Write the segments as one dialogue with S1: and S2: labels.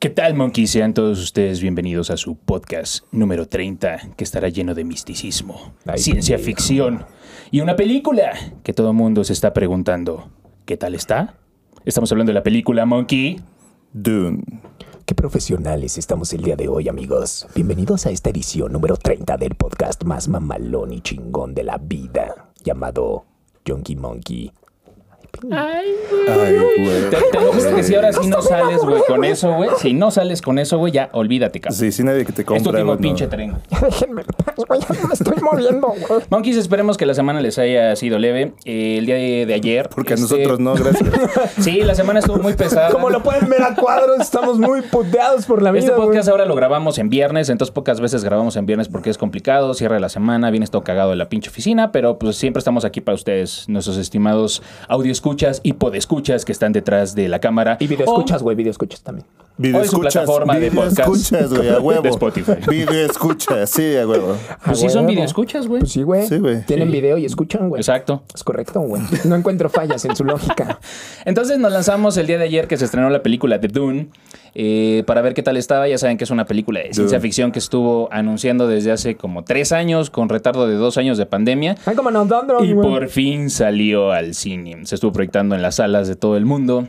S1: ¿Qué tal, Monkey? Sean todos ustedes bienvenidos a su podcast número 30, que estará lleno de misticismo, ciencia ficción y una película que todo mundo se está preguntando: ¿qué tal está? Estamos hablando de la película Monkey.
S2: Dune.
S3: Qué profesionales estamos el día de hoy, amigos. Bienvenidos a esta edición número 30 del podcast más mamalón y chingón de la vida, llamado Junkie Monkey.
S2: Ay, güey.
S1: Te, te lo juro que si ahora sí no sales, güey, con eso, güey. Si no sales con eso, güey, ya olvídate, cabrón.
S2: Sí, sí, nadie que te compra.
S1: Es tu último
S2: güey, no.
S1: pinche tren.
S3: Déjenme en paz, güey, ya no me estoy moviendo, güey.
S1: Monkeys, esperemos que la semana les haya sido leve. Eh, el día de, de ayer.
S2: Porque a
S1: este,
S2: nosotros no, gracias.
S1: Sí, la semana estuvo muy pesada.
S3: Como lo pueden ver a cuadros, estamos muy puteados por la vida,
S1: Este
S3: güey.
S1: podcast ahora lo grabamos en viernes, entonces pocas veces grabamos en viernes porque es complicado, cierre de la semana, vienes todo cagado de la pinche oficina, pero pues siempre estamos aquí para ustedes, nuestros estimados audioescuchas y podescuchas que están detrás de la cámara.
S3: Y video escuchas, güey, video escuchas también.
S1: Ah,
S2: Video
S1: Hoy su plataforma de podcast.
S2: escuchas, güey, a huevo.
S1: De Spotify.
S2: Video escuchas, sí, a huevo.
S1: Pues sí
S3: Ah,
S1: son
S3: huevo.
S1: videoescuchas, güey.
S3: Pues sí, güey.
S2: Sí, güey.
S3: Tienen video y escuchan, güey.
S1: Exacto.
S3: Es correcto, güey. No encuentro fallas en su lógica.
S1: Entonces nos lanzamos el día de ayer que se estrenó la película de Dune eh, para ver qué tal estaba. Ya saben que es una película de ciencia ficción que estuvo anunciando desde hace como tres años con retardo de dos años de pandemia.
S3: Ay, como no, Dondron,
S1: Y
S3: güey.
S1: por fin salió al cine. Se estuvo proyectando en las salas de todo el mundo.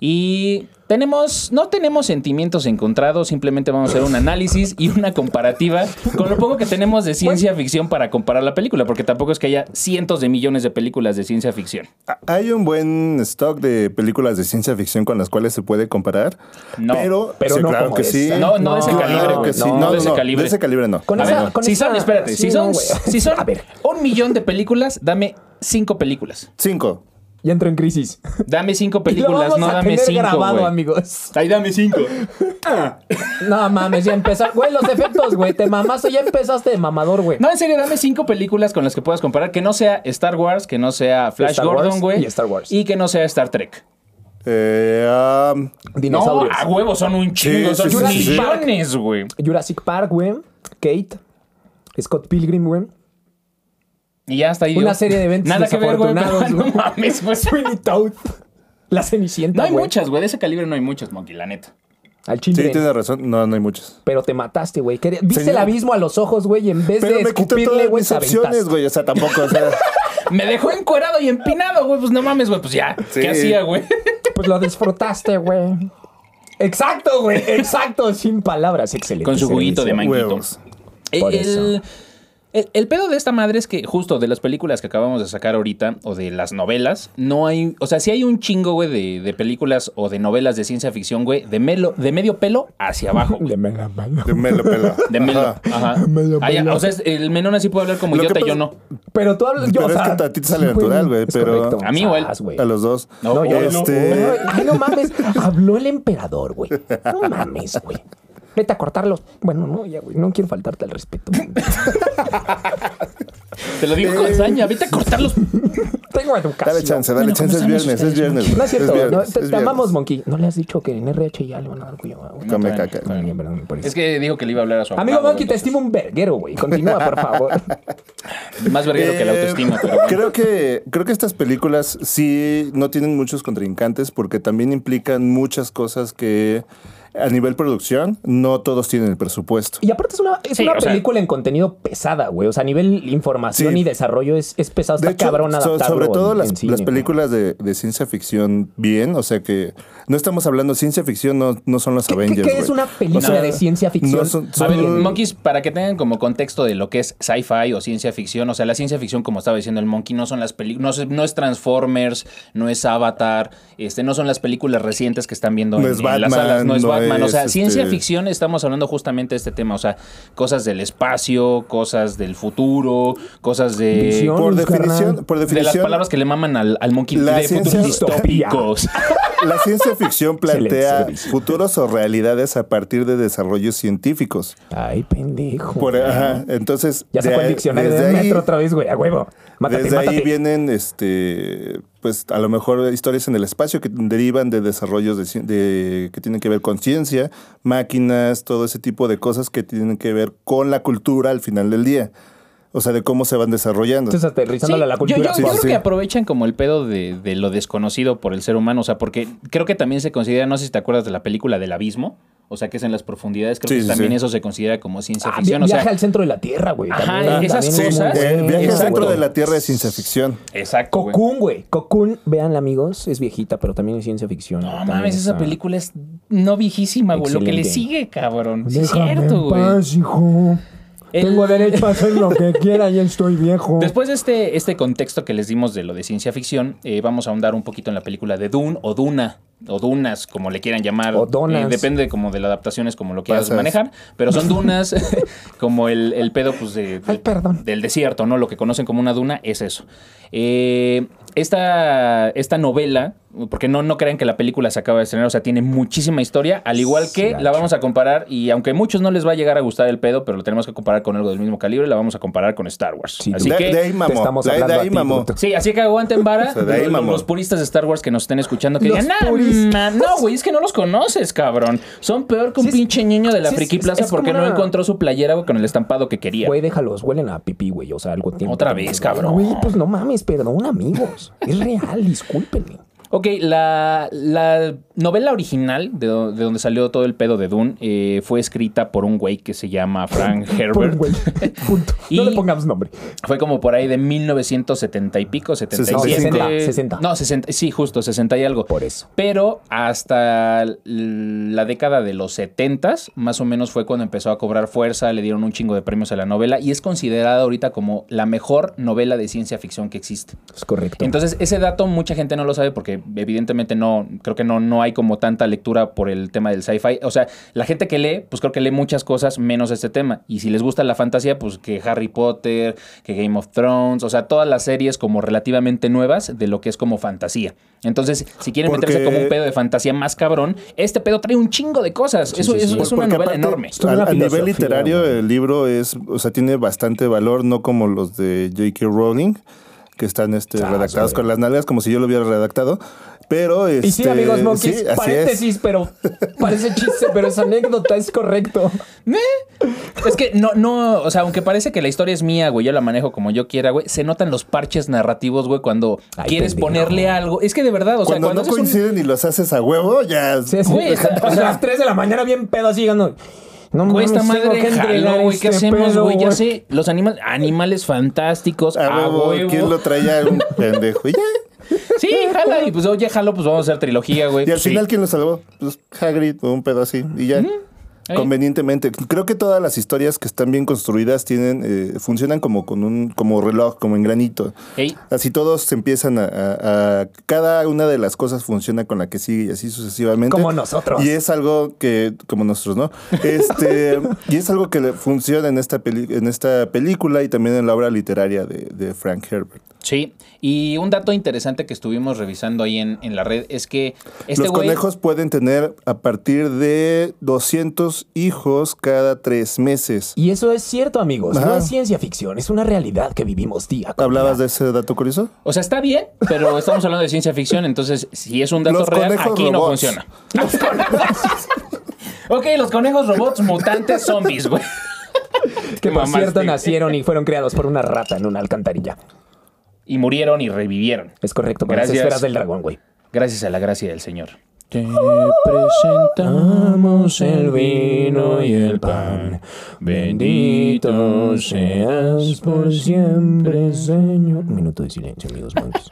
S1: Y tenemos, no tenemos sentimientos encontrados, simplemente vamos a hacer un análisis y una comparativa con lo poco que tenemos de ciencia ficción para comparar la película, porque tampoco es que haya cientos de millones de películas de ciencia ficción.
S2: Ah, Hay un buen stock de películas de ciencia ficción con las cuales se puede comparar.
S1: No,
S2: pero,
S3: pero
S2: sí,
S3: no
S2: claro
S3: como
S2: que
S3: esa.
S2: sí.
S1: No, no de ese
S2: Claro
S1: calibre, güey.
S2: que sí.
S1: No, de ese calibre.
S2: De ese calibre no.
S3: Con
S1: A
S3: esa,
S1: ver,
S3: con
S1: si
S3: esa-
S1: son, espérate,
S3: sí,
S1: si son,
S3: no, güey.
S1: si son
S3: A ver,
S1: un millón de películas, dame cinco películas.
S2: Cinco.
S3: ya entro en crisis.
S1: Dame cinco
S3: Y lo
S1: películas,
S3: vamos
S1: no
S3: a
S1: dame
S3: tener
S1: cinco.
S3: grabado,
S1: güey.
S3: amigos.
S1: Ahí dame cinco.
S3: No mames, ya empezó. Güey, los efectos, güey. Te mamaste, ya empezaste de mamador, güey.
S1: No, en serio, dame cinco películas con las que puedas comparar. Que no sea Star Wars, que no sea Flash
S3: Star
S1: Gordon,
S3: Wars
S1: güey.
S3: y Star Wars.
S1: Y que no sea Star Trek.
S2: Eh, am,
S1: No, ah,
S3: Dinosaurios.
S1: a huevo, son un chingo.
S2: Sí,
S1: son
S2: sí,
S3: sí, sí.
S1: millones, güey.
S3: Jurassic Park, güey. Kate. Scott Pilgrim, güey.
S1: Y ya hasta ahí.
S3: Una
S1: yo.
S3: serie de eventos
S1: Nada que ver, güey. pero
S3: desafortunados,
S1: No
S3: güey.
S1: mames, güey.
S3: Sweeney Todd. La Cenicienta,
S1: No hay
S3: güey.
S1: muchas, güey. De ese calibre no hay muchas, Monkey, la neta.
S3: Al
S2: sí,
S3: chile.
S2: tienes razón. No, no hay muchas.
S3: Pero te mataste, güey. Quería- Viste
S2: Señor.
S3: el abismo a los ojos, güey, y en vez
S2: Pero
S3: de
S2: me quitó
S3: escupirle,
S2: todas
S3: güey,
S2: mis
S3: te
S2: opciones,
S3: aventaste.
S2: güey. O sea, tampoco, o sea...
S1: Me dejó encuerado y empinado, güey. Pues no mames, güey. Pues ya.
S2: Sí.
S1: ¿Qué hacía, güey?
S3: Pues lo disfrutaste, güey. Exacto, güey. Exacto. Sin palabras. Excelente.
S1: Con su juguito de
S3: servicio.
S1: manguito.
S2: Huevos.
S1: Eh,
S3: Por
S1: el, el- el pedo de esta madre es que justo de las películas que acabamos de sacar ahorita o de las novelas, no hay, o sea, sí hay un chingo, güey, de, de películas o de novelas de ciencia ficción, güey, de, melo, de medio pelo hacia abajo. güey.
S3: De mega mano.
S2: De melo, pelo.
S1: De melo.
S2: Ajá.
S1: Ajá.
S3: Melo,
S1: Ay,
S3: melo.
S1: o sea, es- el menón así puede hablar como
S2: Lo que
S1: idiota y yo
S2: pasa-
S1: no.
S3: Pero tú hablas. Yo,
S2: Pero
S3: o
S2: es
S3: sea,
S2: que a ti te sale
S3: sí,
S2: natural, güey,
S3: es
S2: pero-
S3: correcto.
S1: A mí, güey.
S3: Sas,
S2: A los dos.
S1: No,
S3: No, yo no.
S2: este...
S3: Ay, no mames. Habló el emperador, güey. No mames, güey. Vete a cortarlos. Bueno, no, ya, güey. No quiero faltarte al respeto.
S1: Te lo digo con saña, vete a cortar los.
S3: Tengo
S2: Dale
S3: educación.
S2: chance, dale
S1: Bueno,
S2: chance, es
S1: comenzamos
S2: viernes, es
S1: ustedes,
S2: viernes. güey.
S3: No es cierto.
S2: viernes,
S3: no,
S2: es
S3: te, te
S2: viernes.
S3: amamos, Monkey. No le has dicho que en RH ya le van a dar cuyo. güey?
S2: Come caca.
S3: Ay, perdón, por eso.
S1: Es que dijo que le iba a hablar a su
S3: Amigo
S1: abogado,
S3: Monkey, te
S1: entonces,
S3: estimo un verguero, güey. Continúa, por favor.
S1: Más verguero que la
S2: Eh,
S1: autoestima, pero bueno.
S2: creo que creo que estas películas sí no tienen muchos contrincantes porque también implican muchas cosas que a nivel producción no todos tienen el presupuesto.
S3: Y aparte es una, es
S1: Sí,
S3: una
S1: o sea-
S3: película en contenido pesada, güey. O sea, a nivel información
S2: Sí.
S3: y desarrollo es, es pesado. Está
S2: De hecho,
S3: cabrón
S2: so-
S3: adaptarlo
S2: sobre todo
S3: en-
S2: las,
S3: en cine,
S2: las
S3: güey.
S2: películas de, de ciencia ficción bien, o sea que no estamos hablando ciencia ficción, no, no son los
S3: ¿Qué- qué-
S2: Avengers.
S3: qué es
S2: güey.
S3: una película de ciencia ficción?
S2: no son-
S3: A
S1: A
S2: son-
S1: ver, Monkeys, para que tengan como contexto de lo que es sci-fi o ciencia ficción, o sea, la ciencia ficción, como estaba diciendo el Monkey, no son las películas, no, es- no es Transformers, no es Avatar, este, no son las películas recientes que están viendo
S2: No
S1: en,
S2: es
S1: en las
S2: Batman,
S1: salas, no es
S2: no
S1: Batman, Batman. O sea,
S2: es,
S1: ciencia
S2: este,
S1: ficción estamos hablando justamente de este tema. O sea, cosas del espacio, cosas del futuro, cosas de.
S4: Visión.
S2: Por
S4: Carnal.
S2: definición, por
S1: De las
S2: definición,
S1: palabras que le maman al, al monkey
S2: La
S1: de futuros
S2: ciencia-
S1: distópicos.
S2: La ciencia ficción plantea
S4: Excelente servicio.
S2: futuros o realidades a partir de desarrollos científicos.
S4: Ay, pendejo.
S2: Por- ajá, entonces,
S4: ya sacó
S2: de
S4: el
S2: ahí-
S4: diccionario
S2: desde
S4: del
S2: ahí-
S4: metro otra vez, güey. A huevo. Mátate,
S2: Desde
S4: mátate.
S2: ahí vienen, este, pues a lo mejor historias en el espacio que derivan de desarrollos de, cien- de- que tienen que ver con ciencia, máquinas, todo ese tipo de cosas que tienen que ver con la cultura al final del día. O sea, de cómo se van desarrollando.
S4: Entonces, aterrizándole
S1: Sí,
S4: a la
S1: yo-
S4: cultura.
S1: Yo, yo
S2: pop.
S1: creo
S2: Sí.
S1: que aprovechan como el pedo de, de lo desconocido por el ser humano. O sea, porque creo que también se considera, no sé si te acuerdas de la película del abismo, o sea, que es en las profundidades. Creo
S2: Sí,
S1: que
S2: sí,
S1: también
S2: sí.
S1: eso se considera como ciencia
S4: Ah,
S1: ficción.
S4: vi-
S1: o sea,
S4: viaja al centro de la Tierra, güey.
S1: Ajá,
S2: Ah,
S4: También-
S1: esas
S4: también es muy
S1: cosas.
S2: el
S4: bueno.
S2: viaje al
S1: Exacto.
S2: centro Eh, de la Tierra es ciencia ficción.
S1: exacto. güey.
S4: Cocoon, güey. Cocoon, véanla, amigos. Es viejita, pero también es ciencia ficción.
S1: No
S4: También
S1: mames, esa
S4: está-
S1: película es no viejísima, güey. Lo que le
S4: Excelente.
S1: sigue, cabrón. Pues Sí, es
S3: Déjame
S1: cierto,
S3: en
S1: güey.
S3: paz, hijo.
S1: El-
S3: Tengo derecho a hacer lo que quiera, ya estoy viejo.
S1: Después de este, este contexto que les dimos de lo de ciencia ficción, eh, vamos a ahondar un poquito en la película de Dune o Duna. O dunas, como le quieran llamar.
S4: O donas.
S1: Eh, depende como de la adaptación, es como lo quieras
S2: Pasas.
S1: manejar. Pero son dunas, como el, el pedo pues, de-
S3: Ay, perdón.
S1: del desierto, ¿no? Lo que conocen como una duna es eso. Eh, esta, esta novela, porque no, no crean que la película se acaba de estrenar, o sea, tiene muchísima historia, al igual
S4: Sí,
S1: que la
S4: gacho.
S1: vamos a comparar, y aunque a muchos no les va a llegar a gustar el pedo, pero lo tenemos que comparar con algo del mismo calibre, la vamos a comparar con Star Wars.
S4: Sí,
S1: Así
S2: de,
S1: que...
S2: de ahí mamó.
S4: estamos
S2: de ahí- de
S4: hablando a
S2: ahí
S4: ti,
S2: mamó.
S4: puto.
S1: Sí, así que aguanten vara.
S2: sea, de ahí,
S1: los- los,
S2: mamón.
S1: puristas de Star Wars que nos estén escuchando que
S3: Los
S1: digan, "Nah,
S3: puristas".
S1: ma- no, güey, es que no los conoces, cabrón. Son peor que un
S4: Sí, es-
S1: pinche niño de la
S4: sí, es-
S1: Friki
S4: es-
S1: Plaza
S4: es como
S1: porque no
S4: una-
S1: encontró su playera güey, con el estampado que quería.
S4: Güey, déjalos, huelen a pipí, güey. O sea, algo tiene.
S1: Otra vez, cabrón.
S4: Güey, pues no mames, perdón, amigos. Es real, discúlpenme.
S1: Ok, la, la novela original de, do- de donde salió todo el pedo de Dune eh, fue escrita por un güey que se llama Frank Herbert.
S4: Pon, güey. Punto. No
S1: Y-
S4: le pongamos nombre.
S1: Fue como por ahí de 1970 y pico, 77.
S4: 60, 60.
S1: No, 60, sí, justo, 60 y algo.
S4: Por eso.
S1: Pero hasta l- la década de los 70 más o menos fue cuando empezó a cobrar fuerza, le dieron un chingo de premios a la novela y es considerada ahorita como la mejor novela de ciencia ficción que existe.
S4: Es correcto.
S1: Entonces, ese dato mucha gente no lo sabe porque evidentemente no, creo que no, no hay como tanta lectura por el tema del sci-fi. O sea, la gente que lee, pues creo que lee muchas cosas menos este tema. Y si les gusta la fantasía, pues que Harry Potter, que Game of Thrones, o sea, todas las series como relativamente nuevas de lo que es como fantasía. Entonces, si quieren
S2: Porque-
S1: meterse como un pedo de fantasía más cabrón, este pedo trae un chingo de cosas. eso
S4: sí,
S1: eso
S4: sí.
S1: es una
S2: Porque
S1: novela
S2: aparte,
S1: enorme.
S4: Esto es
S2: al-
S4: una
S2: A, nivel
S4: filosofía,
S2: literario,
S4: güey.
S2: el libro es, o sea, tiene bastante valor, no como los de J.K. Rowling, que están este,
S4: Ah,
S2: redactados
S4: sí.
S2: con las nalgas, como si yo lo hubiera redactado. Pero este,
S4: Y sí, amigos monkeys,
S2: sí, así es.
S4: paréntesis, pero parece chiste, pero esa anécdota es correcto.
S1: Es que no, no, o sea, aunque parece que la historia es mía, güey, yo la manejo como yo quiera, güey, se notan los parches narrativos, güey, cuando
S4: Ay,
S1: quieres
S4: pendejo.
S1: ponerle algo. Es que de verdad, o sea,
S2: cuando,
S1: cuando,
S2: no
S1: haces un-
S2: coinciden y los haces a huevo, ya.
S4: Sí, sí.
S1: Güey,
S4: a las 3 de la mañana bien pedo así llegando. No
S1: Cuesta
S4: mames, tengo
S1: madre,
S4: que
S1: jalo,
S4: entregar
S1: güey, ¿qué
S4: este
S1: hacemos,
S4: pedo,
S1: güey? Ya sé, los animales, animales fantásticos,
S2: A
S1: a
S2: huevo,
S1: huevo.
S2: ¿quién lo traía? Un pendejo. Y, ya.
S1: Sí, jala, y pues, oye, jalo, pues vamos a hacer trilogía, güey.
S2: Y al
S1: Sí.
S2: final, ¿quién lo salvó? Pues Hagrid, un pedo así. Y ya.
S1: Ahí.
S2: Convenientemente. Creo que todas las historias que están bien construidas tienen, eh, funcionan como con un, como reloj, como en granito.
S1: Ey.
S2: Así todos se empiezan a, a- a- cada una de las cosas funciona con la que sigue y así sucesivamente.
S4: Como nosotros.
S2: Y es algo que como nosotros, ¿no? Este y es algo que le funciona en esta peli- en esta película y también en la obra literaria de, de Frank Herbert.
S1: Sí, y un dato interesante que estuvimos revisando ahí en, en la red es que este
S2: Los
S1: güey...
S2: conejos pueden tener a partir de 200 hijos cada tres meses.
S4: Y eso es cierto, amigos. No
S2: Ajá.
S4: es ciencia ficción, es una realidad que vivimos día. con
S2: ¿Hablabas de
S4: día.
S2: ese dato curioso?
S1: O sea, está bien, pero estamos hablando de ciencia ficción, entonces si es un dato
S2: Los
S1: real,
S2: conejos
S1: aquí no
S2: robots.
S1: funciona. ok, los conejos robots mutantes zombies, güey.
S4: que por
S1: mamaste,
S4: cierto
S3: este.
S1: güey.
S4: nacieron y fueron creados por una rata en una alcantarilla.
S1: Y murieron y revivieron.
S4: Es correcto, con las
S1: Gracias.
S4: esferas del dragón, güey.
S1: Gracias a la gracia del Señor. Te presentamos
S4: el vino y el pan. Bendito seas por siempre, Señor. Un minuto de silencio, amigos monkeys.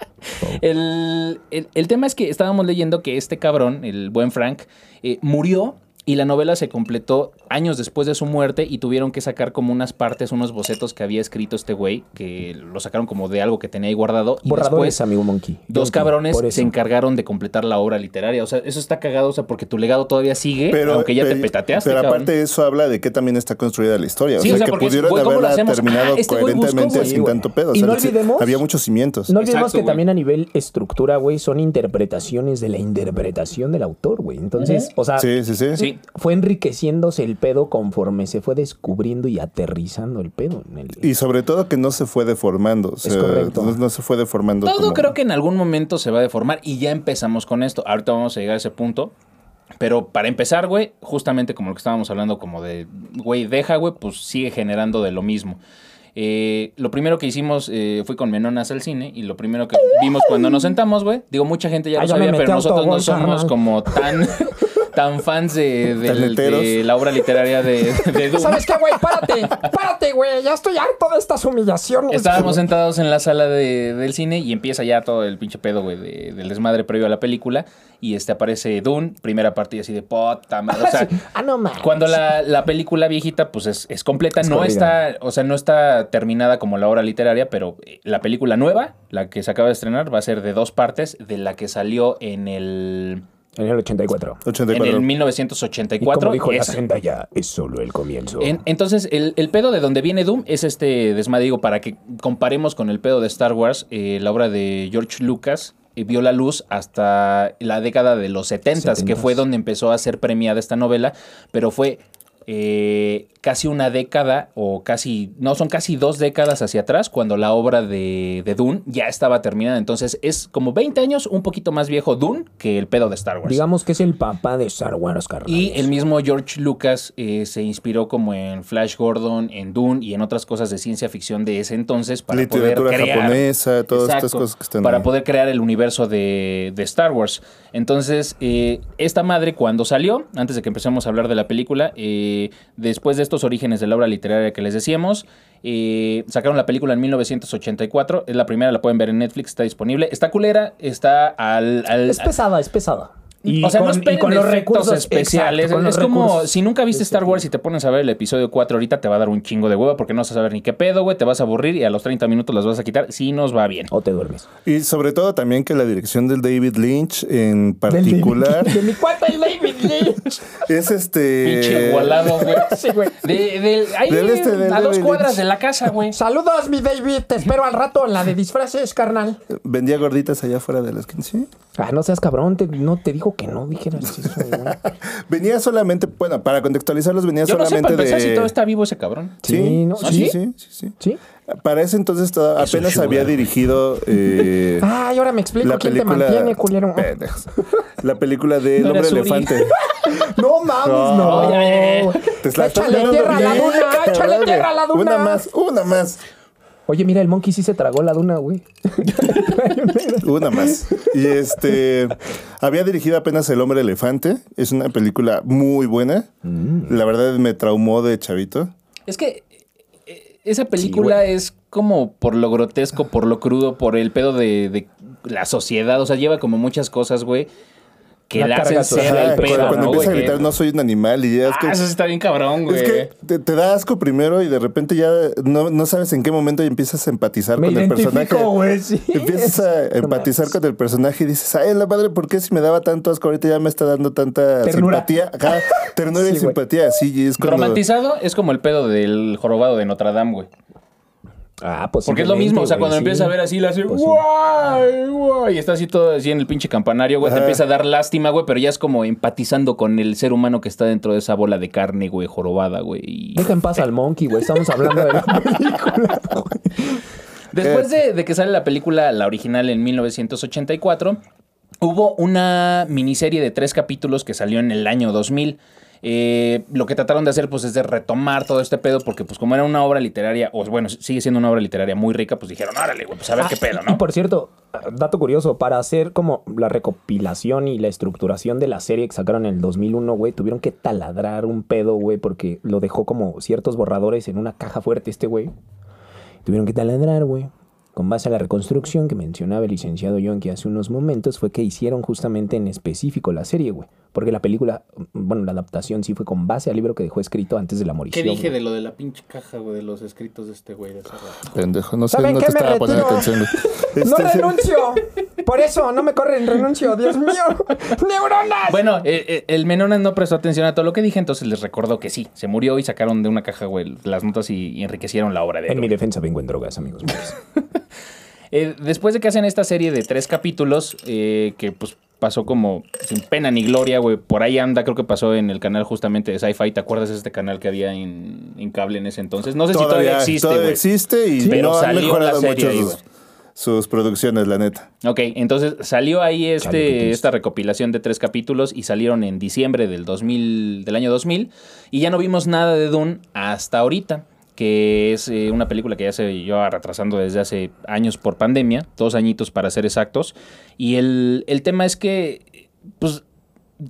S1: El, el- el tema es que estábamos leyendo que este cabrón, el buen Frank, eh, murió Y la novela se completó años después de su muerte y tuvieron que sacar como unas partes, unos bocetos que había escrito este güey, que lo sacaron como de algo que tenía ahí guardado. Y
S4: Borradores,
S1: después,
S4: amigo Monkey.
S1: dos
S4: Yonki,
S1: cabrones
S4: por eso.
S1: se encargaron de completar la obra literaria. O sea, eso está cagado, o sea, porque tu legado todavía sigue, ¿Eh? aunque ya te
S2: pero-
S1: petateaste.
S2: Pero
S1: cabrón.
S2: aparte eso habla de que también está construida la historia.
S1: Sí,
S2: o
S1: o sea,
S2: sea, que
S1: porque es,
S2: pudieron
S1: güey, ¿cómo lo
S2: haberla
S1: hacemos?
S2: terminado
S1: Ah, este güey buscó,
S2: coherentemente
S1: güey.
S2: sin tanto pedo. O
S4: Y
S2: sea,
S4: no
S2: sí,
S4: olvidemos-
S2: Había muchos cimientos.
S4: No olvidemos
S1: Exacto,
S4: que
S1: güey.
S4: también a nivel estructura, güey, son interpretaciones de la interpretación del autor, güey. Entonces, o sea,
S2: sí, sí, sí,
S1: Sí.
S4: fue enriqueciéndose el pedo conforme se fue descubriendo y aterrizando el pedo. En el,
S2: Y sobre todo que no se fue deformando. O sea,
S4: correcto.
S2: no, no se fue deformando.
S1: Todo
S2: como-
S1: creo que en algún momento se va a deformar y ya empezamos con esto. Ahorita vamos a llegar a ese punto. Pero para empezar, güey, justamente como lo que estábamos hablando, como de, güey, deja, güey, pues sigue generando de lo mismo. Eh, lo primero que hicimos eh, fui con Menonas al cine y lo primero que vimos cuando nos sentamos, güey, digo, mucha gente ya
S3: Ah,
S1: lo
S3: yo me
S1: sabía,
S3: metí
S1: pero
S3: a
S1: nosotros no
S3: autogol,
S1: somos
S3: carnal.
S1: como tan, tan fans de, del-
S2: Tan heteros.
S1: de la obra literaria de, de Dune.
S3: ¿Sabes qué, güey? Párate, párate, güey. Ya estoy harto de estas
S4: Pues,
S3: humillaciones.
S1: Estábamos sentados en la sala de- del cine y empieza ya todo el pinche pedo, güey, de- del desmadre previo a la película. Y este aparece Dune, primera parte y así de puta madre. O sea,
S4: ah, no mames.
S1: cuando la, la película viejita, pues es, es completa,
S4: Es
S1: no
S4: corrida.
S1: está, o sea, no está terminada como la obra literaria, pero eh, la película nueva, la que se acaba de estrenar, va a ser de dos partes, de la que salió en el,
S4: En el 84.
S1: en
S2: 84.
S1: el
S4: Y como
S1: 1984.
S4: dijo la
S1: Esa.
S4: senda ya, es solo el comienzo.
S1: En- entonces, el, el pedo de donde viene Doom es este desmadre, digo, para que comparemos con el pedo de Star Wars, eh, la obra de George Lucas eh, vio la luz hasta la década de los 70, que
S4: 70s.
S1: fue donde empezó a ser premiada esta novela, pero fue eh, casi una década o casi, no, son casi dos décadas hacia atrás cuando la obra de, de Dune ya estaba terminada. Entonces, es como 20 años, un poquito más viejo Dune que el pedo de Star Wars.
S4: Digamos que es el papá de Star Wars, carnal.
S1: Y el mismo George Lucas eh, se inspiró como en Flash Gordon, en Dune y en otras cosas de ciencia ficción de ese entonces para
S2: Literatura
S1: poder crear
S2: japonesa, todas
S1: Exacto,
S2: estas cosas que están
S1: para
S2: ahí.
S1: poder crear el universo de, de Star Wars. Entonces, eh, esta madre cuando salió, antes de que empecemos a hablar de la película, eh, después de estos orígenes de la obra literaria que les decíamos, eh, sacaron la película en 1984. Es la primera, la pueden ver en Netflix, está disponible. Está culera, está al... al-
S4: Es pesada, es pesada. Y
S1: o sea, no
S4: con- y
S1: esperen
S4: con los
S1: efectos
S4: recursos
S1: especiales.
S4: exacto, con
S1: es
S4: los
S1: como
S4: recursos.
S1: si nunca viste Star Wars y te pones a ver el episodio 4 ahorita, te va a dar un chingo de hueva porque no vas a saber ni qué pedo, güey. Te vas a aburrir y a los 30 minutos las vas a quitar. Si nos va bien.
S4: O te duermes.
S2: Y sobre todo también que la dirección del David Lynch en particular
S3: De mi cuarta y David Lynch.
S2: es este...
S1: Pinche volado, güey.
S3: Sí, güey.
S1: De, del- ahí,
S2: Del este, del
S1: a dos
S2: David
S1: cuadras
S2: Lynch.
S1: de la casa, güey.
S3: Saludos, mi David. Te espero al rato en la de disfraces, carnal.
S2: Vendía gorditas allá afuera de las 15.
S4: Ah, no seas cabrón, te- no te dijo que no dijeras eso, güey.
S2: Venía solamente, bueno, para contextualizarlos, venía
S1: Yo no sé para
S2: solamente
S1: empezar
S2: de...
S1: si todo está vivo ese cabrón.
S2: Sí,
S4: Sí, ¿no?
S2: sí,
S4: ¿Sí?
S2: sí, sí, sí.
S4: ¿Sí?
S2: Para ese entonces to- apenas había dirigido eh,
S4: Ah,
S3: Ay, ahora me explico
S2: la
S3: quién
S2: película.
S3: te mantiene, culero.
S2: Pendejos. La película de El
S1: No era
S2: hombre
S1: Suri.
S2: elefante.
S3: No mames,
S2: No,
S3: no.
S1: Oh, ya, ya,
S2: Te la estás
S3: Échale
S2: dando
S3: tierra a la
S2: bien,
S3: luna,
S2: cabrón,
S3: échale
S2: güey.
S3: tierra a la luna.
S2: Una más, una más,
S4: Oye, mira, el monkey sí se tragó la duna, güey.
S2: una más. Y este había dirigido apenas El hombre elefante. Es una película muy buena.
S1: Mm.
S2: La verdad me traumó de chavito.
S1: Es que eh, esa película es como por lo grotesco, por lo crudo, por el pedo de, de la sociedad. O sea, lleva como muchas cosas, güey, que
S4: La
S1: la
S4: carga
S1: hacen ser
S4: social,
S1: el
S2: Ajá,
S1: pedo.
S2: Ah, cuando
S1: ¿no,
S2: cuando
S1: güey?
S2: empieza a gritar,
S1: Que-
S2: no soy un animal y ya es
S1: Ah,
S2: que.
S1: eso sí está bien cabrón, güey.
S2: Es que te, te da asco primero y de repente ya no, no sabes en qué momento empiezas a empatizar
S3: Me
S2: con el personaje.
S3: identifico, güey. Sí.
S2: Empiezas a empatizar con el personaje y dices, ay, la madre, ¿por qué si me daba tanto asco ahorita ya me está dando tanta
S3: Ternura.
S2: simpatía? Ajá, ternura y
S3: Sí, güey.
S2: simpatía, sí, y es cuando...
S1: Romantizado es como el pedo del jorobado de Notre Dame, güey.
S4: Ah, pues.
S1: Porque es lo mismo, o sea, cuando empiezas a ver así, la hace,
S4: Pues sí.
S1: guay, guay, y está así todo así en el pinche campanario, güey, te
S2: Ajá.
S1: empieza a dar lástima, güey, pero ya es como empatizando con el ser humano que está dentro de esa bola de carne, güey, jorobada, güey. y-
S4: Deja en paz al monkey, güey. Estamos hablando de la película.
S1: Después de, de que sale la película, la original en 1984, hubo una miniserie de tres capítulos que salió en el año 2000. Eh, lo que trataron de hacer pues es de retomar todo este pedo porque pues como era una obra literaria, o bueno, sigue siendo una obra literaria muy rica, pues dijeron, órale, güey, pues a ver
S5: Ah,
S1: qué pedo,
S4: Ah, Y
S1: ¿no?
S4: por cierto, dato curioso, para hacer como la recopilación y la estructuración de la serie que sacaron en el 2001, güey, tuvieron que taladrar un pedo, güey, porque lo dejó como ciertos borradores en una caja fuerte este, güey. Tuvieron que taladrar, güey. Con base a la reconstrucción que mencionaba el licenciado Yonki hace unos momentos, fue que hicieron justamente en específico la serie, güey. Porque la película, bueno, la adaptación sí fue con base al libro que dejó escrito antes de la
S5: ¿Qué
S4: morición.
S5: dije
S4: güey.
S5: de lo de la pinche caja, güey, de los escritos de este güey de hace rato?
S2: Pendejo, no sé,
S3: ¿Saben
S2: no
S3: qué?
S2: te
S3: Me
S2: estaba poniendo
S3: retiro.
S2: atención. güey.
S3: No
S2: Este,
S3: renuncio. Por eso no me corren, renuncio. Dios mío. Neuronas.
S1: Bueno, eh, eh, el Menonas no prestó atención a todo lo que dije, entonces les recuerdo que sí, se murió y sacaron de una caja, güey, las notas y, y enriquecieron la obra de él.
S4: En mi defensa vengo en drogas, amigos. míos.
S1: Eh, después de que hacen esta serie de tres capítulos, eh, que pues pasó como sin pena ni gloria, güey, por ahí anda, creo que pasó en el canal justamente de Sci-Fi, ¿te acuerdas de este canal que había en, en cable en ese entonces? No sé si todavía existe,
S2: todavía
S1: güey.
S2: existe y
S1: Pero
S2: no han
S1: salió la
S2: mejorado
S1: serie
S2: mucho
S1: ahí,
S2: sus,
S1: güey.
S2: sus producciones, la neta.
S1: Ok, entonces salió ahí
S4: Chale, qué
S1: este,
S4: triste.
S1: esta recopilación de tres capítulos y salieron en diciembre del 2000, del año 2000 y ya no vimos nada de Dune hasta ahorita, que es eh, una película que ya se lleva retrasando desde hace años por pandemia, dos añitos para ser exactos, y el, el tema es que, pues,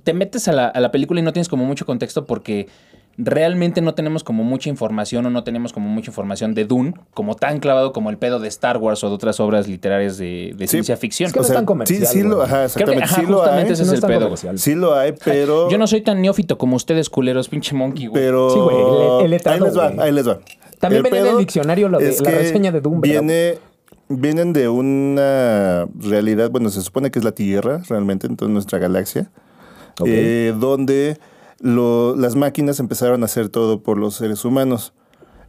S1: te metes a la, a la película y no tienes como mucho contexto porque realmente no tenemos como mucha información o no tenemos como mucha información de Dune, como tan clavado como el pedo de Star Wars o de otras obras literarias de, de
S2: Sí.
S1: ciencia ficción.
S4: Es que no es tan comercial,
S2: Sí, sí lo,
S4: güey.
S2: ajá,
S1: Creo que,
S2: exactamente.
S1: ajá,
S2: sí lo hay.
S1: justamente ese
S4: No
S1: es
S4: es
S1: el
S4: tan
S1: pedo. güey.
S4: comercial.
S2: Sí lo hay, pero.
S1: Yo no soy tan neófito como ustedes, culeros, pinche monkey, güey.
S2: Pero.
S4: Sí, güey, el- el letrado,
S2: ahí les va,
S4: güey.
S2: ahí les va.
S4: También venía en el
S2: pedo
S4: diccionario lo de-
S2: es
S4: la
S2: que
S4: reseña de Doom, ¿verdad?
S2: Viene, vienen de una realidad, bueno, se supone que es la Tierra, realmente, entonces nuestra galaxia,
S4: Ok.
S2: eh, donde lo- las máquinas empezaron a hacer todo por los seres humanos.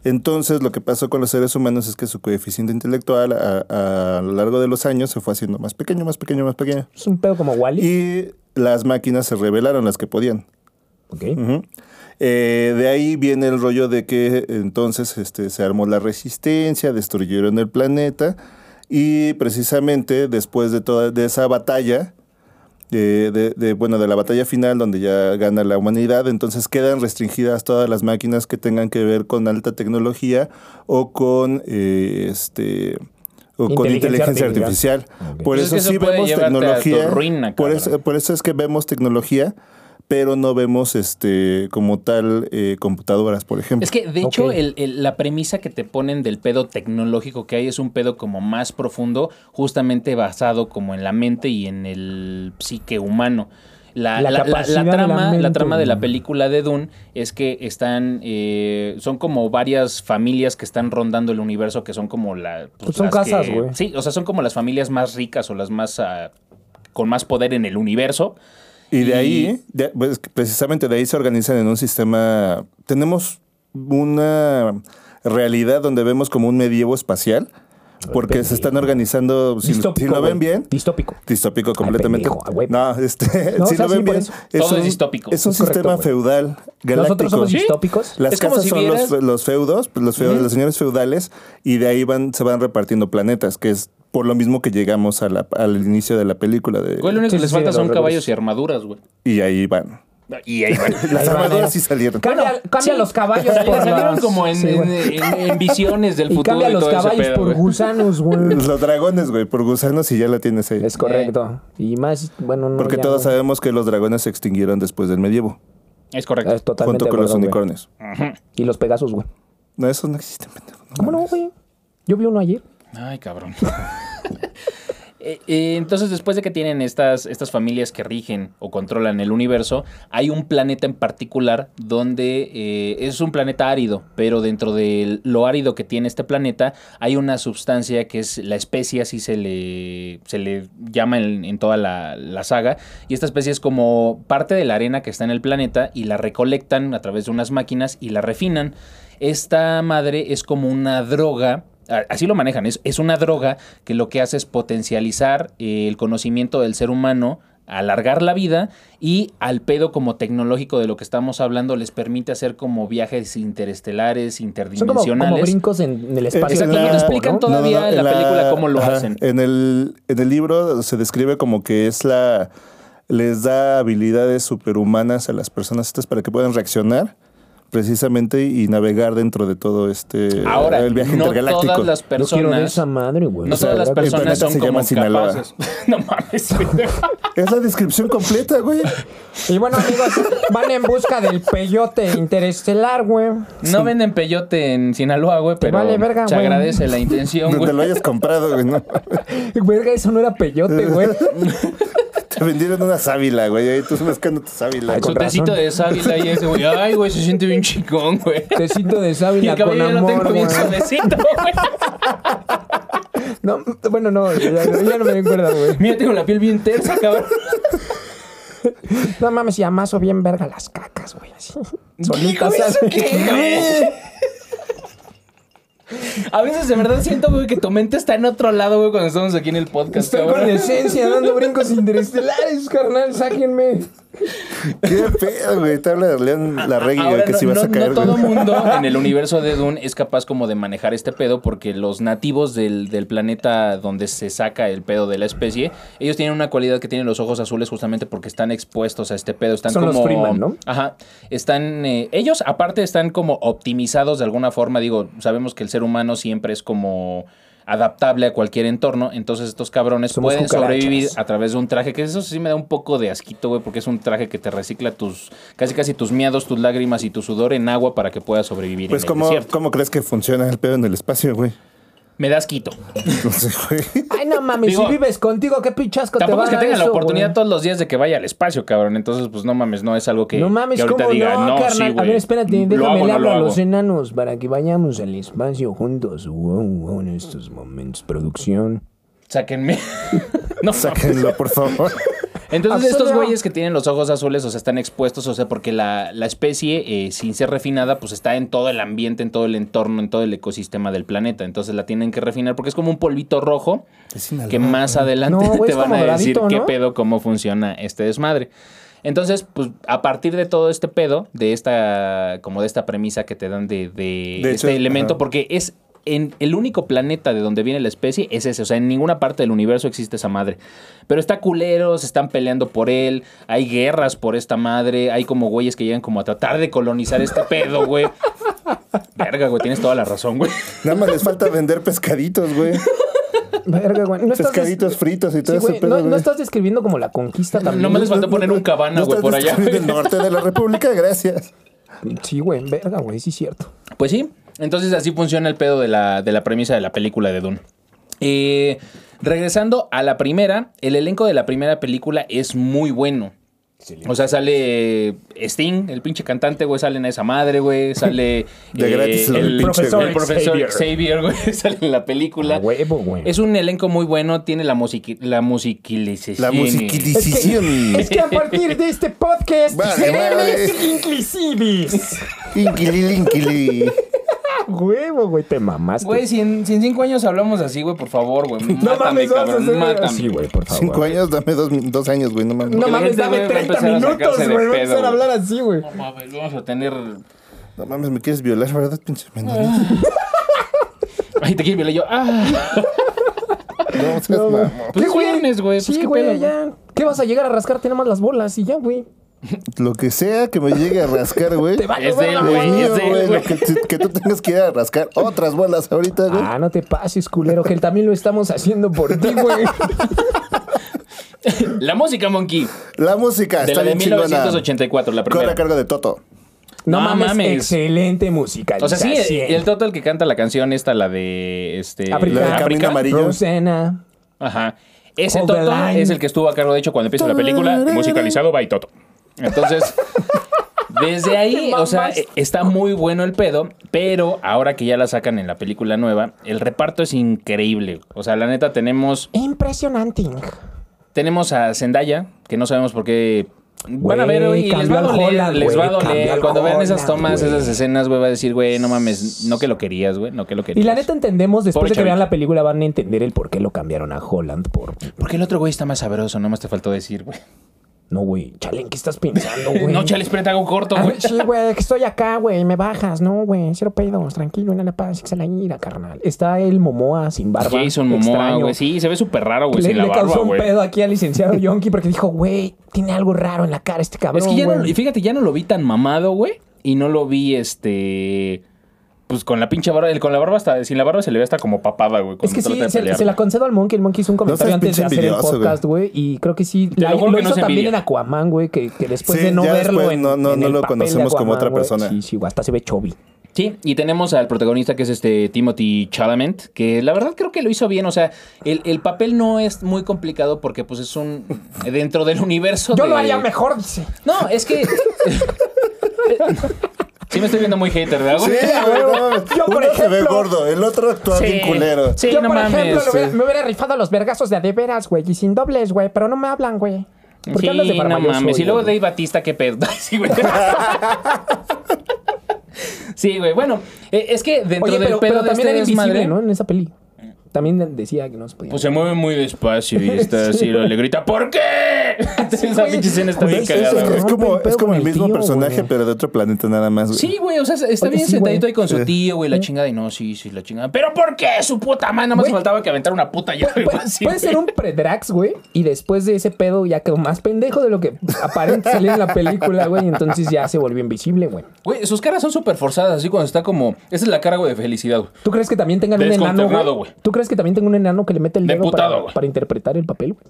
S2: Entonces, lo que pasó con los seres humanos es que su coeficiente intelectual a- a lo largo de los años se fue haciendo más pequeño, más pequeño, más pequeño.
S4: Es un pedo como Wally.
S2: Y las máquinas se rebelaron, las que podían. Ujú. Eh, de ahí viene el rollo de que entonces este, se armó la resistencia, destruyeron el planeta y precisamente después de toda de esa batalla, eh, de, de, bueno, de la batalla final donde ya gana la humanidad, entonces quedan restringidas todas las máquinas que tengan que ver con alta tecnología o con eh, este o con inteligencia
S4: Inteligencia artificial.
S2: artificial.
S4: Ok.
S2: Por
S1: Pues es
S2: eso,
S1: que eso
S2: sí
S1: puede
S2: vemos
S1: llevarte a tu
S2: tecnología.
S1: ruina,
S2: por,
S1: cabrón.
S2: eso, por eso es que vemos tecnología, pero no vemos este como tal eh, computadoras, por ejemplo.
S1: Es que, de hecho,
S4: Ok.
S1: el- el- la premisa que te ponen del pedo tecnológico que hay es un pedo como más profundo, justamente basado como en la mente y en el psique humano. La, la-
S4: La
S1: la- la
S4: capacidad de la
S1: trama, la,
S4: mente,
S1: trama de la
S4: güey.
S1: película de Dune es que están, eh, son como varias familias que están rondando el universo, que son como la... pues,
S4: Pues son
S1: las que-
S4: casas, güey.
S1: Sí, o sea, son como las familias más ricas o las más... ah, con más poder en el universo.
S2: y
S1: y-
S2: de ahí, de- pues, precisamente de ahí se organizan en un sistema. Tenemos una realidad donde vemos como un medievo espacial, porque se están organizando. Si, si lo ven
S4: güey.
S2: bien,
S4: Distópico.
S2: distópico completamente.
S4: pendejo, a huevo.
S2: no, este,
S4: No, o
S2: si
S4: sea,
S2: lo
S4: sí,
S2: ven
S4: por
S2: bien,
S4: eso.
S1: Todo es distópico.
S2: Es un
S4: Es correcto,
S2: sistema
S4: güey.
S2: feudal galáctico.
S4: Nosotros somos distópicos.
S2: Las
S1: Es como
S2: casas
S1: si
S2: son
S1: vieras-
S2: los, los feudos, pues, los feudos, los señores feudales, y de ahí van, se van repartiendo planetas, que es por lo mismo que llegamos a la- al inicio de la película. De,
S1: Güey, lo único
S4: Sí,
S1: que les
S4: sí,
S1: falta
S4: los
S1: son
S4: rebeldes.
S1: caballos y armaduras, güey.
S2: Y ahí van.
S1: Y ahí van.
S2: Las armaduras sí salieron.
S3: Cambia,
S1: Bueno,
S3: cambia
S1: sí.
S3: los caballos
S1: Le
S3: por
S1: salieron
S3: las-
S1: como en,
S4: sí,
S1: en-
S4: güey.
S1: en- en visiones del
S4: Y
S1: futuro.
S4: cambia
S1: y
S4: los
S1: todo ese
S4: caballos
S1: pedo,
S4: por
S1: güey.
S4: gusanos, güey.
S2: Los dragones, güey, por gusanos y ya la tienes ahí.
S4: Es correcto. Y más, bueno, no.
S2: Porque
S4: ya
S2: todos
S4: no.
S2: sabemos que los dragones se extinguieron después del medievo,
S1: Es
S4: Ah,
S1: correcto.
S4: es Totalmente
S2: junto con
S4: de
S2: los
S4: acuerdo, güey.
S2: unicornios.
S4: Y los pegasos, güey.
S2: No, esos no existen, pendejo.
S4: ¿Cómo no, güey? Yo vi uno ayer.
S1: Ay, cabrón. Eh, eh, Entonces, después de que tienen estas, estas familias que rigen o controlan el universo, hay un planeta en particular donde eh, es un planeta árido, pero dentro de lo árido que tiene este planeta hay una sustancia que es la especie, así se le, se le llama en, en toda la, la saga, y esta especie es como parte de la arena que está en el planeta y la recolectan a través de unas máquinas y la refinan. Esta madre es como una droga a- Así lo manejan, es, es una droga que lo que hace es potencializar eh, el conocimiento del ser humano, alargar la vida y al pedo como tecnológico de lo que estamos hablando les permite hacer como viajes interestelares,
S4: Son como, como
S1: interdimensionales.
S4: brincos en, en el espacio.
S1: Exacto,
S2: En
S1: no
S2: la-
S1: lo explican
S4: ¿no?
S1: todo. todavía en la película cómo lo hacen.
S2: En el, en el libro se describe como que es la. Les da habilidades superhumanas a las personas estas para que puedan reaccionar. precisamente y navegar dentro de todo este
S1: Ahora,
S2: el viaje
S1: no
S2: intergaláctico.
S1: todas las
S4: No quiero ver
S1: personas.
S4: esa madre, güey.
S1: No
S4: O sea,
S1: todas las
S4: ¿verdad?
S1: personas
S2: planeta
S1: son
S2: se llama
S1: como
S2: Sinaloa.
S1: capaces. No mames. güey.
S2: Es la descripción completa, güey.
S3: Y bueno, amigos, van en busca del peyote interestelar, güey.
S1: No venden peyote en Sinaloa, güey, pero
S3: vale verga,
S1: se
S3: güey.
S1: agradece la intención,
S2: Donde
S1: güey.
S2: lo hayas comprado, güey. ¿no?
S3: Verga, eso no era peyote, güey.
S2: Te vendieron una sábila, güey. Ahí tú mascando tu sábila.
S4: Ay,
S2: güey.
S1: Su
S4: con
S1: tecito
S4: razón.
S1: de sábila y ese, güey. Ay, güey, se siente bien chingón, güey.
S3: Tecito de
S1: Y el
S3: sábila con
S1: cabello ya lo
S3: amor,
S1: tengo
S3: güey.
S1: bien suavecito, güey.
S3: No, bueno, no, ya, ya no me acuerdo, güey.
S1: Mira, tengo la piel bien tersa, cabrón.
S3: No mames, y amaso bien verga las cacas, güey. Así. Solita,
S1: Güey, ¿eso
S3: ¿sabes?
S1: qué, güey? A veces de verdad siento, güey, que tu mente está en otro lado, güey, cuando estamos aquí en el podcast,
S3: Estoy con
S1: cabrón.
S3: esencia dando brincos interestelares, carnal, sáquenme.
S2: Qué pedo, güey. Te habla de León Larregui,
S1: Ahora,
S2: güey, que
S1: no,
S2: si vas
S1: no-
S2: a caer.
S1: no todo
S2: güey.
S1: mundo en el universo de Dune es capaz como de manejar este pedo porque los nativos del, del planeta donde se saca el pedo de la especie, ellos tienen una cualidad que tienen los ojos azules justamente porque están expuestos a este pedo. Están
S4: Son
S1: como,
S4: los Freeman, ¿no?
S1: Ajá. Están, eh, ellos aparte están como optimizados de alguna forma. Digo, sabemos que el ser humano siempre es como adaptable a cualquier entorno, entonces estos cabrones
S4: Somos
S1: pueden
S4: cucarachas.
S1: sobrevivir a través de un traje, que eso sí me da un poco de asquito, güey, porque es un traje que te recicla tus, casi casi tus miedos, tus lágrimas y tu sudor en agua para que puedas sobrevivir
S2: Pues,
S1: en
S2: ¿cómo,
S1: el desierto.
S2: ¿cómo crees que funciona el pedo en el espacio, güey?
S1: Me da asquito.
S2: No sé, güey.
S3: Ay, no mames,
S1: Digo,
S3: si vives contigo, qué pichasco te
S1: Tampoco
S3: va
S1: es que
S3: a
S1: tenga
S3: dar
S1: la
S3: eso,
S1: oportunidad
S3: güey.
S1: todos los días de que vaya al espacio, cabrón. Entonces, pues no mames, no es algo que,
S3: No mames,
S1: que ahorita
S3: ¿cómo
S1: diga,
S3: no,
S1: no, sí,
S3: carnal? a
S1: güey,
S3: ver, espérate,
S1: lo
S3: déjame
S1: hago,
S3: le
S1: no
S3: hablo
S1: lo
S3: a
S1: hago.
S3: los enanos para que vayamos al espacio juntos. Wow, wow, en estos momentos, producción.
S1: Sáquenme. no, mames.
S2: Sáquenlo, por favor.
S1: Entonces
S3: Absurdo.
S1: estos güeyes que tienen los ojos azules, o sea, están expuestos, o sea, porque la, la especie, eh, sin ser refinada, pues está en todo el ambiente, en todo el entorno, en todo el ecosistema del planeta. Entonces la tienen que refinar porque es como un polvito rojo que más adelante
S3: No, güey,
S1: te
S3: es
S1: van
S3: como
S1: a decir
S3: doradito,
S1: qué
S3: ¿no?
S1: pedo, cómo funciona este desmadre. Entonces, pues a partir de todo este pedo, de esta, como de esta premisa que te dan de, de
S2: De
S1: este
S2: hecho,
S1: elemento,
S2: ajá.
S1: porque es en el único planeta de donde viene la especie es ese, o sea, en ninguna parte del universo existe esa madre. Pero está culero, se están peleando por él, hay guerras por esta madre, hay como güeyes que llegan como a tratar de colonizar este pedo, güey. Verga, güey, tienes toda la razón, güey.
S2: Nada más les falta vender pescaditos, güey.
S3: Verga, güey. No estás des-
S2: Pescaditos fritos y todo
S3: Sí,
S2: ese
S3: güey,
S2: pedo,
S3: no,
S2: güey.
S3: no estás describiendo como la conquista también.
S1: No me les falta poner un cabana,
S2: No
S1: güey,
S2: estás
S1: por allá.
S2: describiendo el norte de la República, gracias.
S3: Sí, güey, verga, güey, sí es cierto.
S1: Pues sí. Entonces así funciona el pedo de la, de la premisa de la película de Dune. Eh, regresando a la primera, el elenco de la primera película es muy bueno. O sea, sale Sting, el pinche cantante, güey, sale en esa madre, güey, sale eh,
S2: De gratis lo del
S1: el,
S2: pinche,
S1: profesor,
S2: güey.
S1: el profesor Xavier, güey, sale en la película.
S3: Ah,
S4: A huevo, güey.
S1: Es un elenco muy bueno, tiene la musiqui- la musicalización.
S2: La musiquilización.
S3: Es que a partir de este podcast
S2: Vale,
S3: seremos
S2: vale.
S3: inclusives.
S2: Inquililinkili.
S3: A huevo, güey.
S4: Te mamaste.
S1: Güey, si en, si en cinco años hablamos así, güey, por favor, güey. Mátame,
S3: mames, vamos a
S1: cabrón,
S3: hacer
S1: mátame.
S4: Sí, güey, por favor.
S2: Cinco años, dame dos, dos años, güey, no mames.
S3: No
S1: la
S3: mames,
S1: gente,
S3: dame
S1: este güey, va a empezar
S3: 30
S1: a
S3: minutos,
S1: sacarse de
S3: güey. Voy a
S1: pedo,
S3: empezar a
S1: güey.
S3: hablar así, güey.
S1: No mames, vamos a tener.
S2: No mames, me quieres violar, ¿verdad, pinche menor?
S3: Ah.
S1: Ay, te quiero violar yo. Ah,
S2: No, seas mamón.
S1: pues es viernes, güey. Pues
S3: sí,
S1: qué
S3: güey,
S1: pedo, güey.
S3: ya. ¿Qué vas a llegar a rascarte nada más las bolas y ya, güey?
S2: Lo que sea que me llegue a rascar, güey.
S3: Te va a
S1: Ah, Es
S3: llevar
S1: de
S3: la
S1: él, güey,
S3: mano.
S2: mío,
S1: es de él,
S2: güey,
S1: güey.
S2: lo que, que tú tengas que ir a rascar otras bolas ahorita, güey.
S3: Ah, no te pases, culero, que también lo estamos haciendo por ti, güey.
S1: La música, Monkey.
S2: La música
S1: De
S2: está
S1: la de
S2: bien chingona.
S1: 1984, la
S2: Corre a
S1: primera.
S2: cargo de Toto.
S3: No,
S1: No
S3: mames,
S1: mames.
S3: excelente musicalización.
S1: O sea, sí, eh, el, el Toto el que canta la canción esta, la de. Este,
S3: África.
S2: La de
S3: África.
S2: Camino Amarillo.
S3: Rosena.
S1: Ajá. Ese
S3: Hold the
S1: Toto
S3: line.
S1: es el que estuvo a cargo, de hecho, cuando empieza la película, musicalizado by Toto. Entonces, desde ahí, o sea,
S3: mamaste.
S1: e- está muy bueno el pedo, pero ahora que ya la sacan en la película nueva, el reparto es increíble. O sea, la neta, tenemos
S3: Impresionante.
S1: Tenemos a Zendaya, que no sabemos por qué. Van a
S3: Güey,
S1: ver, güey, y les
S3: cambió
S1: va a
S3: al
S1: doler,
S3: Holland,
S1: les
S3: güey,
S1: va a doler.
S3: cambió al
S1: Cuando vean esas
S3: Holland,
S1: tomas,
S3: güey.
S1: esas escenas, güey, va a decir, güey, no mames, no que lo querías, güey, no que lo
S3: Y
S1: querías.
S3: la neta entendemos, después
S1: Pobre
S3: de que vean
S1: chavito.
S3: la película, van a entender el por qué lo cambiaron a Holland por...
S1: Porque el otro güey está más sabroso, nomás te faltó decir, güey.
S4: No, güey.
S3: Chale, ¿en qué estás pensando, güey?
S1: No, chale, espérate, hago corto,
S3: Ah,
S1: güey.
S3: Sí, güey, que estoy acá, güey, me bajas, no, güey, cero pedos, tranquilo, en la paz, que se la ira, carnal. Está el Momoa sin barba.
S1: Jason Momoa,
S3: extraño.
S1: güey. Sí, se ve súper raro, güey,
S3: Le,
S1: sin la
S3: le
S1: barba,
S3: causó un
S1: güey.
S3: pedo aquí al licenciado Yonki porque dijo, güey, tiene algo raro en la cara este cabrón.
S1: Es que ya no,
S3: güey".
S1: y fíjate, ya no lo vi tan mamado, güey. y no lo vi, este... Pues con la pinche barba, el- con la barba hasta, sin la barba se le ve hasta como papada, güey.
S3: Es
S1: cuando
S3: que
S1: trata
S3: sí,
S1: de
S3: se,
S1: pelear,
S3: se la
S1: güey.
S3: concedo al Monkey. El Monkey hizo un comentario
S2: seas
S3: antes de
S2: pinche
S3: hacer el
S2: envidioso,
S3: podcast, güey. Y creo que sí.
S1: Te
S3: la-
S1: lo
S3: lo
S1: juro que no
S3: hizo
S1: se
S3: también
S1: envidia.
S3: en Aquaman, güey. Que, que después
S2: Sí,
S3: de no
S2: ya
S3: verlo.
S2: después
S3: en,
S2: no- no-
S3: en
S2: no
S3: el
S2: lo
S3: papel de
S2: conocemos como
S3: Aquaman,
S2: otra
S3: güey,
S2: persona.
S3: Sí, sí, güey, hasta se ve chubby.
S1: Sí, y tenemos al protagonista que es este Timothy Chalamet, que la verdad creo que lo hizo bien. O sea, el, el papel no es muy complicado porque pues es un... dentro del universo
S3: Yo
S1: de-
S3: lo haría mejor, dice.
S1: No, es que... sí me estoy viendo muy hater, ¿verdad?
S2: Sí,
S1: güey?
S2: güey, no mames.
S3: Yo, por
S2: Uno se ve
S3: ejemplo-
S2: gordo, el otro actúa bien culero.
S1: Sí,
S3: Yo,
S1: no
S3: por ejemplo,
S1: mames.
S3: lo hubiera- me hubiera rifado a los vergazos de a de veras, güey. Y sin dobles, güey. Pero no me hablan, güey. ¿Por qué
S1: Sí,
S3: hablas de
S1: no
S3: Barbayoso,
S1: mames. Y luego
S3: güey?
S1: Dave Batista, qué pedo. Sí, güey. Sí, güey. Bueno, eh, es que dentro
S3: Oye,
S1: del
S3: pero,
S1: pedo
S3: pero
S1: de
S3: también
S1: este
S3: era invisible,
S1: desmadre,
S3: ¿no? En esa peli. También decía que no se podía.
S1: Pues se mueve muy despacio y está
S3: Sí,
S1: así, lo- le grita, ¿por qué? Esa
S3: güey.
S1: pinche escena está
S3: Oye,
S1: bien
S2: Es,
S3: sí, sí,
S2: es-
S1: cagada,
S2: es
S1: güey.
S3: sí.
S2: como,
S3: Rompe el pedo
S2: es como el
S3: con el
S2: mismo
S3: tío,
S2: personaje,
S3: güey.
S2: pero de otro planeta nada más. güey.
S1: Sí, güey, o sea, está
S3: Oye,
S1: bien
S3: sí,
S1: sentadito
S3: güey.
S1: ahí con su tío, güey, la chingada. Y no, sí, sí, la chingada. ¿Pero por qué? Su puta madre, nada más
S3: Güey.
S1: faltaba que aventara una puta llave.
S3: Pu-
S1: güey,
S3: pu-
S1: así,
S3: puede
S1: güey.
S3: ser un predrax, güey. Y después de ese pedo ya quedó más pendejo de lo que aparenta salir en la película, güey. y Entonces ya se volvió invisible, güey.
S1: Güey, sus caras son súper forzadas, así cuando está como... Esa es la cara, güey, de felicidad, güey.
S3: ¿Tú crees que también tengan un enano,
S1: Desconcertado,
S3: güey?
S1: güey.
S3: ¿Tú crees que también tenga un enano que le mete el dedo
S1: Deputado,
S3: para,
S1: güey.
S3: para interpretar el papel, güey?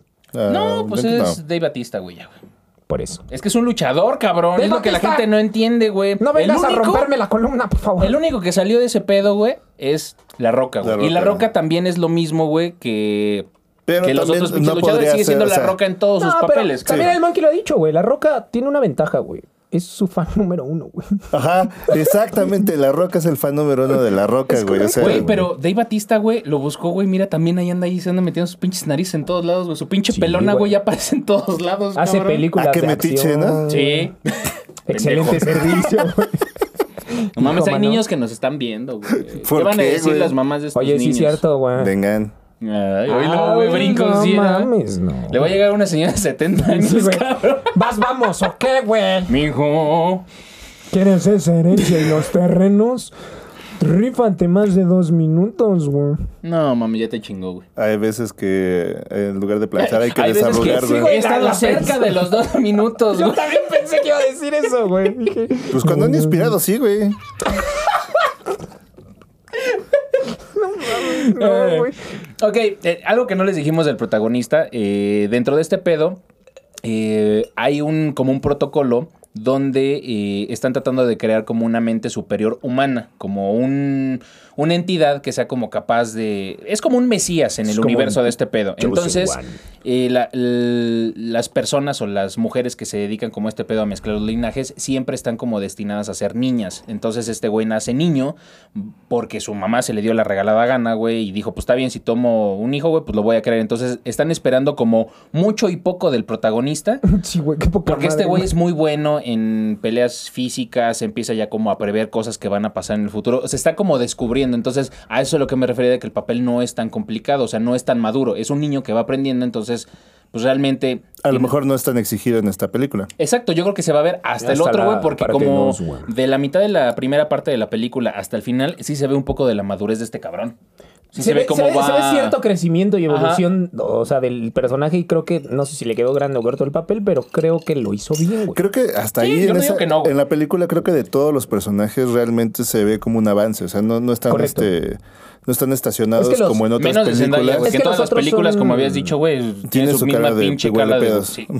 S2: Ah,
S1: No, pues
S2: no.
S1: es Dave Batista, güey, ya, güey.
S3: Por eso.
S1: Es que es un luchador, cabrón.
S3: Dave
S1: es lo que la
S3: Bautista.
S1: gente no entiende, güey.
S3: No vengas
S1: El único-
S3: a romperme la columna, por favor.
S1: El único que salió de ese pedo, güey, es La Roca, güey.
S2: La
S1: y La
S2: Roca.
S1: Roca también es lo mismo, güey, que,
S2: Pero
S1: que los
S2: también
S1: otros pinches
S2: no
S1: luchadores.
S2: podría
S1: Sigue siendo
S2: ser,
S1: La
S2: o sea,
S1: Roca en todos
S3: No,
S1: sus
S3: pero
S1: papeles,
S3: También
S1: cabrón.
S3: el monkey lo ha dicho, güey. La Roca tiene una ventaja, güey. Es su fan número uno, güey.
S2: Ajá, exactamente. La Roca es el fan número uno de La Roca, güey. O sea,
S1: Güey, pero Dave Batista, güey, lo buscó, güey. Mira, también ahí anda ahí, se anda metiendo sus pinches narices en todos lados, güey. Su pinche
S3: Sí,
S1: pelona, güey,
S3: güey.
S1: ya aparece en todos lados,
S3: Hace
S1: cabrón.
S3: películas
S2: Ah, qué
S3: de
S2: metiche,
S3: acción.
S2: ¿no?
S1: Sí.
S3: Excelente servicio, güey.
S1: No mames,
S3: Hijo,
S1: hay
S3: mano.
S1: niños que nos están viendo, güey.
S2: ¿Por
S1: ¿Qué van a
S2: qué,
S1: decir
S2: güey?
S1: las mamás de estos
S3: Oye,
S1: niños?
S3: sí es cierto,
S4: Ah.
S3: güey.
S2: Vengan.
S1: Ay, oílo,
S3: Ay,
S1: güey, brincos,
S3: no
S1: sí, ¿no?
S3: mames, no.
S1: Le va a llegar una señora de 70 años,
S3: Sí, güey.
S1: cabrón.
S3: Vas, vamos, ¿o qué, güey?
S1: Mijo.
S3: ¿Quieres esa herencia y los terrenos? Rífate más de dos minutos, güey.
S1: No, mami, ya te chingó, güey.
S2: Hay veces que en lugar de planchar hay que
S1: veces
S2: desarrollar,
S1: sí,
S2: güey.
S1: He estado cerca de los dos minutos, güey.
S3: También pensé que iba a decir eso, güey. Dije,
S2: Pues cuando han inspirado, sí, güey.
S3: No, güey.
S1: Ok, eh, algo que no les dijimos del protagonista, eh, dentro de este pedo eh, hay un como un protocolo donde eh, están tratando de crear como una mente superior humana, como un, una entidad que sea como capaz de... Es como un mesías en el
S4: como
S1: universo
S4: un
S1: de este pedo.
S4: chosen
S1: Entonces,
S4: one.
S1: eh, la- l- las personas o las mujeres que se dedican como a este pedo a mezclar los linajes siempre están como destinadas a ser niñas. Entonces este güey nace niño porque su mamá se le dio la regalada gana, güey, y dijo, pues está bien, si tomo un hijo, güey, pues lo voy a creer. Entonces están esperando como mucho y poco del protagonista.
S3: Sí, güey, qué poca
S1: Porque este
S3: madre,
S1: güey es muy bueno en peleas físicas, empieza ya como a prever cosas que van a pasar en el futuro. Se está como descubriendo, entonces a eso es lo que me refería de que el papel no es tan complicado, o sea, no es tan maduro. Es un niño que va aprendiendo, entonces, pues realmente...
S2: A lo mejor no es tan exigido en esta película.
S1: Exacto, yo creo que se va a ver hasta, el
S4: Hasta
S1: otro,
S4: la
S1: güey, porque
S4: parte
S1: como
S4: dos, güey.
S1: de la mitad de la primera parte de la película hasta el final, sí se ve un poco de la madurez de este cabrón. Sí se, ve cómo
S3: se
S1: va...
S3: se ve cierto crecimiento y evolución, o sea, del personaje. Y creo que, no sé si le quedó grande o corto el papel, pero creo que lo hizo bien, güey.
S2: Creo que hasta
S1: Sí,
S2: ahí
S1: yo
S2: en,
S1: no digo
S2: esa-
S1: que no, güey.
S2: en la película creo que de todos los personajes realmente se ve como un avance, o sea, no, no están
S3: Correcto.
S2: este no están estacionados
S3: Es que los-
S2: como en otras
S1: Menos de Zendaya,
S2: películas.
S1: güey, que
S3: Es que
S1: en todas
S3: los
S1: las
S3: otros
S1: películas,
S3: son-
S1: como habías dicho, güey, tiene
S2: Tiene
S1: su,
S2: su
S1: misma
S2: cara de-
S1: pinche
S2: de huele
S1: cara de...
S2: pedos.
S1: sí.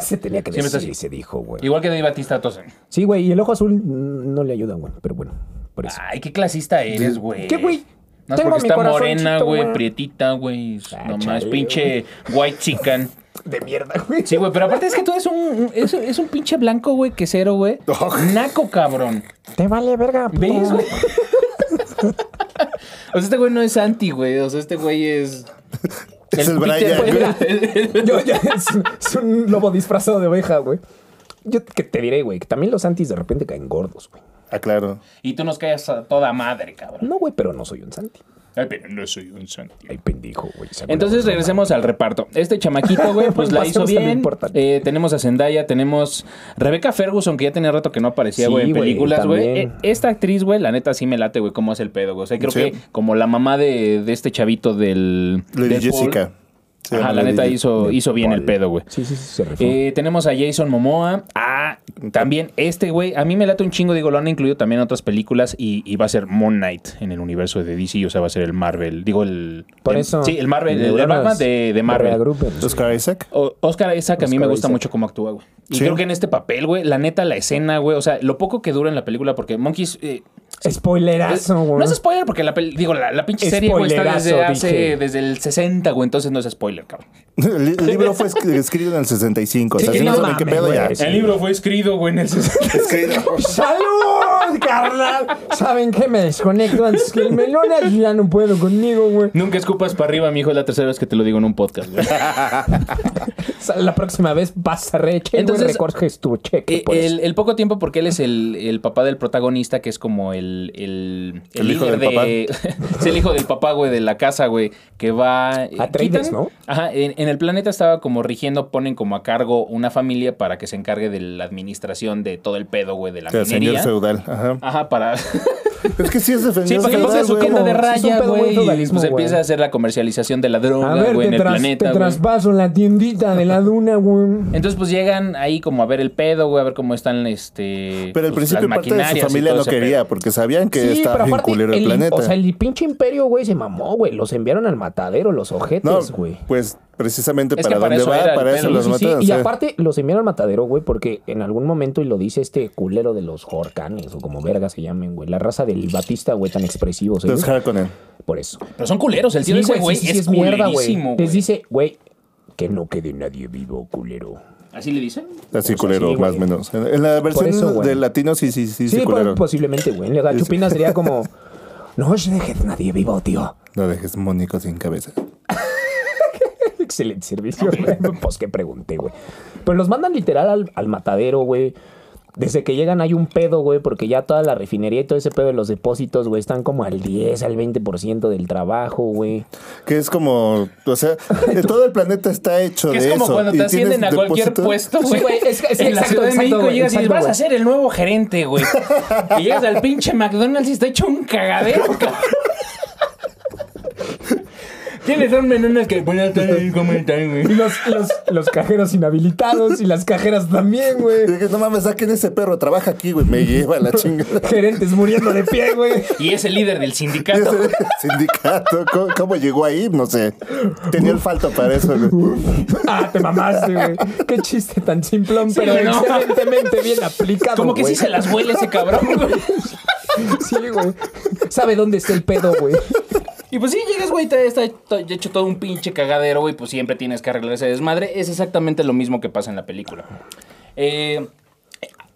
S3: se tenía que
S1: Sí, me está
S3: decir
S1: así.
S3: y se dijo, güey.
S1: Igual que Dave Batista, tosen.
S3: Sí, güey, y el ojo azul mm, no le ayuda, güey. Pero bueno, por eso.
S1: Ay, qué clasista eres, güey.
S3: ¿Qué, güey?
S1: No,
S3: Tengo
S1: porque
S3: mi
S1: está
S3: corazoncito,
S1: morena, güey,
S3: güey.
S1: prietita, güey.
S3: Ah,
S1: No más,
S3: chale,
S1: pinche white chican.
S3: De mierda, güey.
S1: Sí, güey, pero aparte es que tú eres un, un- es, es un pinche blanco, güey, quesero, güey. Naco, cabrón.
S3: Te vale verga. puto.
S1: ¿Ves, güey? O sea, este güey no es anti, güey. O sea, este güey es.
S2: Es el
S1: Peter,
S2: Brian.
S1: güey.
S3: Yo ya es, un- es un lobo disfrazado de oveja, güey. Yo que te diré, güey, que también los Santis de repente caen gordos, güey.
S2: Ah, claro.
S1: Y tú nos callas a toda madre, cabrón.
S3: No, güey, pero no soy un Santi.
S1: Ay, pero no soy un santi.
S4: Ay, pendejo, güey. sacó la
S1: Entonces
S4: broma.
S1: regresemos al reparto. Este chamaquito, güey, pues la hizo
S3: Pasemos a lo
S1: bien.
S3: importante.
S1: Eh, tenemos a Zendaya, tenemos Rebeca Ferguson, que ya tenía rato que no aparecía,
S3: Sí,
S1: güey, en
S3: güey,
S1: películas, güey.
S3: también.
S1: Eh, esta actriz, güey, la neta sí me late, güey, cómo hace el pedo, güey. O sea, creo
S2: Sí.
S1: que como la mamá de, de este chavito del... de
S2: Lady
S1: Paul.
S2: Jessica. Se
S1: Ajá,
S2: llama
S1: la
S2: Lady
S1: neta
S2: Je-
S1: hizo, hizo bien el
S4: Paul.
S1: pedo, güey.
S3: Sí, sí, sí, se rifó.
S1: Eh, tenemos a Jason Momoa. Ah, También este güey, a mí me late un chingo, digo, lo han incluido también en otras películas y, y va a ser Moon Knight en el universo de DC, o sea, va a ser el Marvel, digo, el...
S3: Por
S1: el-
S3: eso.
S1: Sí, el Marvel,
S3: de
S1: el,
S3: veras,
S1: Batman de, de
S3: para
S1: Marvel.
S3: agrupen.
S2: Oscar Isaac.
S1: O- Oscar Isaac a mí
S3: Oscar
S1: me gusta
S3: Isaac.
S1: mucho cómo actúa, güey. Y
S2: Sí.
S1: creo que en este papel, güey, la neta, la escena, güey, o sea, lo poco que dura en la película, porque Monkeys... eh,
S3: Spoilerazo, güey.
S1: no es spoiler porque la, pel- digo, la, la pinche serie güey, está desde,
S3: Spoilerazo,
S1: hace,
S3: dije.
S1: desde el 60, güey, entonces no es spoiler, cabrón.
S2: El, li- el libro fue esc- escrito en el 65. O sea,
S3: Sí,
S2: si no
S3: no
S2: saben qué
S3: mames,
S2: pedo ya.
S3: güey, sí.
S1: El libro fue escrito, güey, en el 60.
S3: ¡Salud, carnal! ¿Saben qué? Me desconecto antes que el melón. Yo ya no puedo conmigo, güey.
S1: Nunca escupas para arriba, mi hijo, es la tercera vez que te lo digo en un podcast, güey.
S3: La próxima vez vas a reche,
S1: Entonces,
S3: Entonces, recorges tu cheque. pues.
S1: Eh,
S3: por eso.
S1: el, el poco tiempo, porque él es el, el papá del protagonista, que es como el, el,
S2: El hijo
S1: líder
S2: del
S1: es el hijo del papá, güey, de la casa, güey, que va... eh,
S3: Atreides,
S1: quitan-
S3: ¿no?
S1: Ajá, en, en el planeta estaba como rigiendo, ponen como a cargo una familia para que se encargue de la administración de todo el pedo, güey, de la
S2: O sea, señor
S1: minería.
S2: feudal. Ajá.
S1: Ajá, para...
S2: Es que sí es defendido.
S1: Sí, para que ponga su tienda de
S3: como- es un
S1: raya,
S3: pedo muy
S1: güey, y
S3: feudalismo,
S1: pues
S3: güey.
S1: empieza a hacer la comercialización de la
S3: A
S1: droga,
S3: ver,
S1: güey, en
S3: te,
S1: el
S3: tras-
S1: planeta,
S3: te
S1: güey.
S3: traspaso la tiendita de la duna, güey.
S1: Entonces, pues llegan ahí como a ver el pedo, güey, a ver cómo están, este...
S2: Pero al
S1: pues,
S2: principio
S1: las
S2: parte de su
S1: maquinarias y
S2: familia
S1: todo
S2: no
S1: ese pedo.
S2: quería porque sabían que estaba bien culero el,
S3: el,
S2: planeta.
S3: o sea, el pinche imperio, güey, se mamó, güey. Los enviaron al matadero, los
S2: no,
S3: ojetes, güey.
S2: pues precisamente
S1: Es que
S2: para
S1: para
S2: dónde
S1: eso era
S2: va,
S1: el
S2: para
S1: pedo.
S2: eso
S1: Sí,
S2: los
S3: Sí, sí,
S2: matan.
S3: y
S2: o sea,
S3: aparte los enviaron al matadero, güey, porque en algún momento, y lo dice este culero de los jorcanes, o como verga se llamen, güey, la raza del Batista, güey, tan expresivos,
S2: Los
S3: ellos.
S2: Harkonnen.
S3: por eso.
S1: Pero son culeros. El tío de ese güey
S3: sí, sí,
S1: es,
S3: sí, mierda, güey.
S1: culerísimo,
S3: Les
S1: güey.
S3: dice, güey, que no quede nadie vivo, culero.
S1: Pues ¿Así le dicen?
S2: Así culero,
S3: sí, güey.
S2: más o menos. En en la versión
S3: eso, güey.
S2: de latino sí, sí, sí, sí,
S3: Sí,
S2: culero.
S3: pues, posiblemente, güey. La chupina sería como, no os dejes nadie vivo, tío.
S1: pues
S2: No dejes Mónico sin cabeza.
S3: Excelente servicio, güey. Pues que pregunté, güey. Pero los mandan literal al, al matadero, güey. Desde que llegan hay un pedo, güey, porque ya toda la refinería y todo ese pedo de los depósitos, güey, están como al 10, al 20% del trabajo, güey.
S2: Que es como, o sea, que todo el planeta está hecho
S1: Que
S2: de
S1: es
S2: eso.
S1: como cuando
S2: y
S1: te
S2: tienes
S1: ascienden a cualquier
S2: depósito-
S1: puesto, güey.
S3: Sí, güey, es que- sí,
S1: en la
S3: exacto,
S1: Ciudad de
S3: exacto,
S1: México
S3: güey,
S1: llegas y dices,
S3: exacto,
S1: vas a
S3: güey.
S1: ser el nuevo gerente, güey. y llegas al pinche McDonald's y está hecho un cagadero, cabrón. Tienes un menú en el que poner todo el comentario,
S3: Y
S1: güey.
S3: los, los, los cajeros inhabilitados y las cajeras también,
S2: Y
S3: güey.
S2: dije, no mames, saquen ese perro, trabaja aquí, güey. Me lleva la chingada.
S3: Gerentes muriendo de pie, güey.
S1: Y es el líder del
S2: Y
S1: sindicato.
S2: ese Sindicato, ¿cómo, cómo llegó ahí? No sé. Tenía el falto para eso, güey.
S3: Ah, te mamaste, güey. Qué chiste tan simplón,
S1: Sí,
S3: pero
S1: güey, no.
S3: excelentemente bien aplicado,
S1: Como que
S3: güey.
S1: sí se las huele ese cabrón, güey.
S3: Sí, güey. Sabe dónde está el pedo, güey.
S1: Y pues sí, llegas, güey, te está to- hecho todo un pinche cagadero, güey, pues siempre tienes que arreglar ese desmadre. Es exactamente lo mismo que pasa en la película. Eh,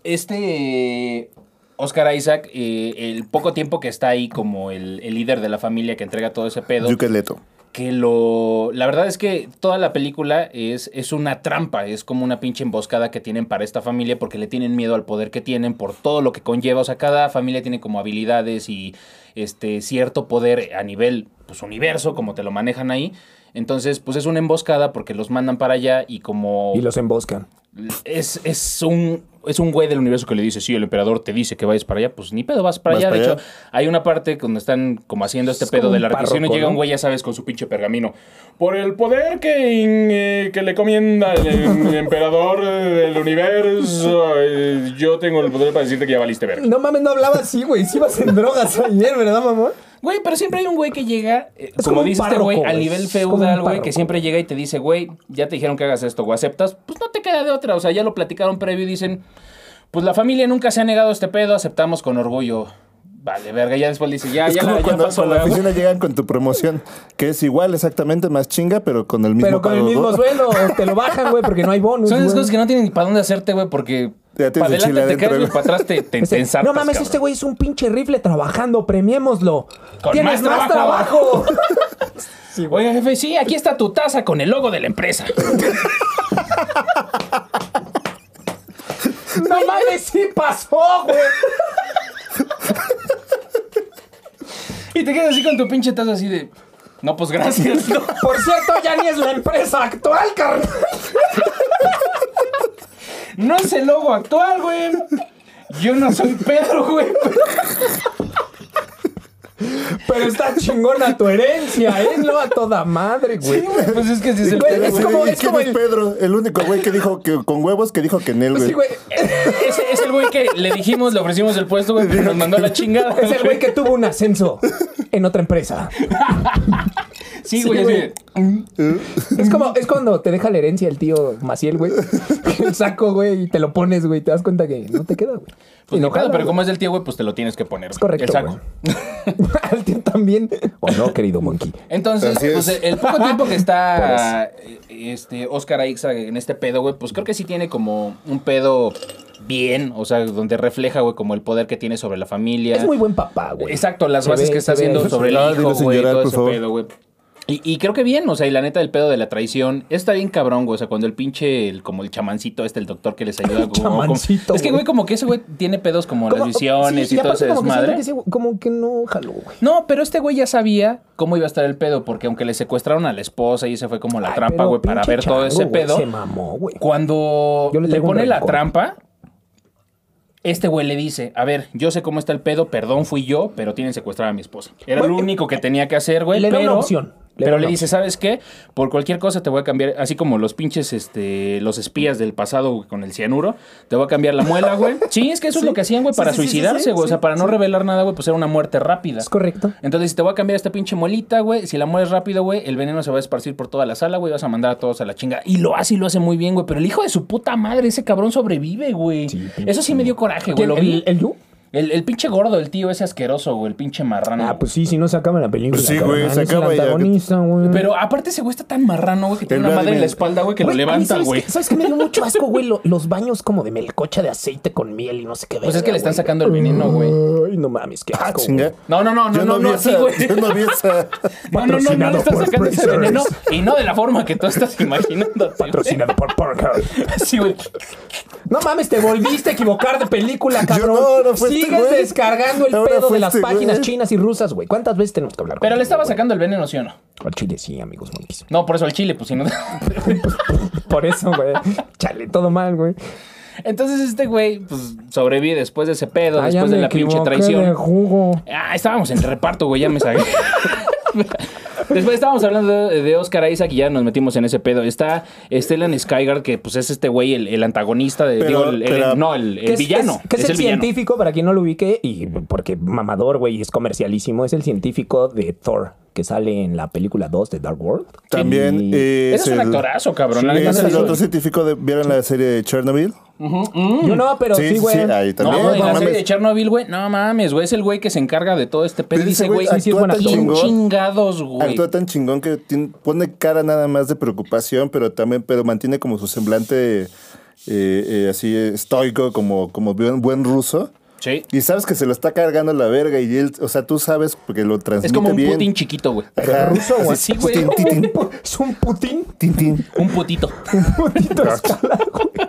S1: este Oscar Isaac, eh, el poco tiempo que está ahí como el, el líder de la familia que entrega todo ese pedo,
S2: Yuke Leto.
S1: que lo... La verdad es que toda la película es, es una trampa, es como una pinche emboscada que tienen para esta familia porque le tienen miedo al poder que tienen por todo lo que conlleva. O sea, cada familia tiene como habilidades y este cierto poder a nivel pues universo, como te lo manejan ahí. Entonces, pues es una emboscada porque los mandan para allá y como...
S3: Y los emboscan.
S1: Es, es un es un güey del universo que le dice, sí, el emperador te dice que vayas para allá, pues ni pedo, vas para
S2: Vas
S1: allá.
S2: para
S1: de
S2: allá.
S1: hecho, hay una parte donde están como haciendo este
S3: Es
S1: pedo
S3: como
S1: de
S3: un
S1: la requisición y
S3: párroco,
S1: llega un
S3: ¿no?
S1: güey, ya sabes, con su pinche pergamino. Por el poder que, in- eh, que le comienda el, em- emperador eh, del universo, eh, yo tengo el poder para decirte que ya valiste verga.
S3: No mames, no hablaba así, güey. Si ibas en drogas ayer, ¿verdad, mamón?
S1: Güey, pero siempre hay un güey que llega, eh,
S3: Es como
S1: como
S3: un
S1: dice este
S3: párroco,
S1: güey, al
S3: güey.
S1: nivel
S3: Es como un
S1: feudal, güey,
S3: párroco.
S1: que siempre llega y te dice, güey, ya te dijeron que hagas esto, o aceptas, pues no te queda de otra. O sea, ya lo platicaron previo y dicen, pues la familia nunca se ha negado este pedo, aceptamos con orgullo. Vale, verga, ya después le dice, ya,
S2: Es
S1: ya,
S2: como
S1: la, ya
S2: cuando
S1: pasó,
S2: con la
S1: güey.
S2: oficina llegan con tu promoción, que es igual exactamente más chinga, pero con el mismo
S3: Pero con el
S2: pago,
S3: mismo
S2: ¿no?
S3: sueldo, te lo bajan, güey, porque no hay bonus.
S1: Son esas
S3: güey.
S1: cosas que no tienen ni para dónde hacerte, güey, porque para
S2: Ya tienes el
S1: adelante
S2: chile
S1: te caes,
S2: adentro,
S1: güey,
S2: güey.
S1: para atrás te, te,
S3: Este,
S1: te ensartas,
S3: no mames,
S1: cabrón.
S3: este güey es un pinche rifle trabajando, premiémoslo.
S1: Con
S3: Tienes
S1: más
S3: más, trabajo. sí, güey.
S1: Oiga, jefe, sí, aquí está tu taza con el logo de la empresa.
S3: No mames, sí pasó, güey.
S1: y te quedas así con tu pinche taza así de, no, pues gracias, no.
S3: Por cierto, ya ni es la empresa actual, carnal.
S1: No es el logo actual, güey. Yo no soy Pedro, güey.
S3: Pero está chingona tu herencia, ¿eh? No a toda madre, güey.
S1: Pues es que si es el
S3: Güey,
S1: pedo,
S3: es
S1: güey.
S3: como-
S2: ¿Y
S3: es
S2: quién
S3: como el- Pues
S2: Pedro, el único güey que dijo que con huevos que dijo que en él, güey.
S3: Sí, güey.
S1: Es, es el güey que le dijimos, le ofrecimos el puesto, güey, pero nos mandó a la chingada.
S3: Es el güey que tuvo un ascenso en otra empresa.
S1: Sí, güey.
S3: güey.
S1: así. "Pues
S3: Es como, es cuando te deja la herencia el tío Maciel, güey. El saco, güey, y te lo pones, güey. Te das cuenta que no te queda, güey.
S1: Pues ni
S3: Enojado,
S1: pedo, pero
S3: güey.
S1: como es del tío, güey, pues te lo tienes que poner.
S3: Es correcto,
S1: El saco.
S3: Al tío también. O no, querido monkey.
S1: Entonces,
S2: Así es.
S1: pues, el poco tiempo que está este Oscar Aixa en este pedo, güey, pues creo que sí tiene como un pedo bien, o sea, donde refleja, güey, como el poder que tiene sobre la familia.
S3: Es muy buen papá, güey.
S1: Exacto, las
S3: Se
S1: bases
S3: ve-
S1: que está
S3: se ve.
S1: haciendo sobre el
S2: Ah,
S1: hijo,
S2: dilo sin
S1: güey,
S2: llorar,
S1: todo
S2: por
S1: ese
S2: favor.
S1: pedo, güey. Y, y creo que bien, o sea, y la neta del pedo de la traición está bien cabrón, güey. O sea, cuando el pinche, el- como el chamancito este, el doctor que les ayuda. como- como-
S3: chamancito,
S1: es que,
S3: güey.
S1: güey, como que ese güey tiene pedos como las
S3: Como-
S1: visiones
S3: sí,
S1: y todo
S3: aparte
S1: ese
S3: como que
S1: desmadre.
S3: siento que sí, como que no jaló, güey.
S1: No, pero este güey ya sabía cómo iba a estar el pedo, porque aunque le secuestraron a la esposa y ese fue como la
S3: Ay,
S1: trampa,
S3: pero
S1: güey, para
S3: pinche
S1: ver todo
S3: chango,
S1: ese
S3: güey,
S1: pedo.
S3: Se mamó, güey.
S1: Cuando
S3: Yo
S1: le,
S3: le traigo un
S1: pone la
S3: rencor.
S1: trampa, este güey le dice, a ver, yo sé cómo está el pedo, perdón, fui yo, pero tienen secuestrada a mi esposa. Era
S3: Güey,
S1: lo único que tenía que hacer, güey.
S3: le da
S1: pero,
S3: una opción. Le da
S1: pero
S3: una
S1: le dice, ¿sabes qué? Por cualquier cosa te voy a cambiar, así como los pinches, este, los espías del pasado güey, con el cianuro, te voy a cambiar la muela, güey. Sí, es que eso es lo que hacían, güey, para
S3: sí, sí, sí,
S1: suicidarse,
S3: sí,
S1: güey. o sea,
S3: sí,
S1: para no
S3: sí.
S1: revelar nada, güey, pues era una muerte rápida.
S3: Es correcto.
S1: Entonces, si te voy a cambiar esta pinche molita, güey, si la mueres rápido, güey, el veneno se va a esparcir por toda la sala, güey, vas a mandar a todos a la chinga. Y lo hace y lo hace muy bien, güey. Pero el hijo de su puta madre, ese cabrón sobrevive, güey. Eso sí me dio coraje, güey.
S3: ¿Quién?
S1: Lo
S3: ¿El,
S1: vi.
S3: el Yu?
S1: El, el pinche gordo, el tío ese asqueroso, güey, el pinche marrano.
S3: Ah,
S1: güey.
S3: pues sí, si no se acaba la película.
S2: Pues sí, güey,
S3: cabrón. Ah,
S2: se
S3: Es el
S2: acaba ya.
S3: antagonista, güey.
S1: Pero aparte ese güey está tan marrano, güey, que tiene
S2: El
S1: una madre en
S2: Vladimir.
S1: la espalda, güey, que lo
S3: Güey, a mí,
S1: levanta,
S3: ¿sabes
S1: güey.
S3: qué- ¿Sabes qué me dio mucho asco, güey? Lo- los baños como de melcocha de aceite con miel y no sé qué
S1: Pues es que le están
S3: verga,
S1: sacando el veneno, güey.
S3: güey. Ay, no mames, qué
S2: Ah,
S3: asco.
S2: chinga.
S3: güey.
S1: No, no, no, no,
S2: Yo
S1: no,
S2: vi
S1: no,
S2: esa-
S1: sí, güey.
S2: Yo no vi esa.
S1: No, no, no, no, le
S3: Patrocinado
S1: estás
S3: por
S1: sacando ese
S3: Brazzers.
S1: veneno y no de la forma que tú estás imaginando.
S3: Patrocinado por Pornhub.
S1: Sí, güey.
S3: No mames, te volviste a equivocar de película, cabrón.
S2: no, no fue este
S3: Sigues
S2: güey.
S3: descargando el
S2: Ahora
S3: pedo
S2: fue
S3: de las
S2: este
S3: páginas
S2: güey.
S3: chinas y rusas, güey. ¿Cuántas veces tenemos que hablar?
S1: Pero le
S3: contigo,
S1: estaba
S3: güey?
S1: sacando el veneno, ¿sí o no?
S3: Al chile sí, amigos monkeys.
S1: No, por eso al chile, pues si no.
S3: Por eso, güey. Chale, todo mal, güey.
S1: Entonces este güey pues, sobrevive después de ese pedo,
S3: Ah, ya
S1: después de
S3: me
S1: la pinche
S3: equivoqué
S1: traición.
S3: de jugo.
S1: Ah, estábamos en reparto, güey, ya me saqué. Después estábamos hablando de, de Oscar Isaac y ya nos metimos en ese pedo. Está Stellan Skygard, que pues es este güey, el, el antagonista de.
S2: Pero-
S1: digo, el, el-
S2: pero-
S1: no, el, el
S3: ¿Qué es-
S1: villano.
S3: Es, qué es el,
S1: villano.
S3: científico, para quien no lo ubique, y porque mamador, güey, es comercialísimo, es el científico de Thor, que sale en la película 2 de Dark World.
S2: También eh,
S3: Y-
S2: es,
S1: Ese es un
S2: el-
S1: actorazo, cabrón.
S2: Sí,
S1: la neta
S2: es
S1: sí,
S2: el
S1: güey.
S2: otro científico de, ¿Vieron la serie de Chernobyl?
S3: Yo no, pero sí, güey.
S2: ahí
S1: No,
S2: también.
S1: en la serie
S2: mames.
S1: de Chernobyl, güey. No mames, güey. Es el güey que se encarga de todo este pedo.
S2: Pero ese
S1: Dice, güey,
S2: güey
S3: sí es buen
S2: actúa tan
S3: actor.
S1: "Bien
S2: chingón.
S1: chingados, güey.
S2: Actúa tan chingón que tiene- pone cara nada más de preocupación, pero también pero mantiene como su semblante eh, eh, así eh, estoico, como, como buen, buen ruso.
S1: Sí.
S2: Y sabes que se lo está cargando la verga y él, o sea, tú sabes porque lo transmite
S1: Es como un
S2: bien.
S1: Putin chiquito, güey.
S2: Ajá.
S3: ruso, güey.
S1: Sí, güey.
S2: Tin, tin, tin,
S3: Es un Putin.
S2: tin, tin.
S1: Un putito.
S3: Putito escala, güey.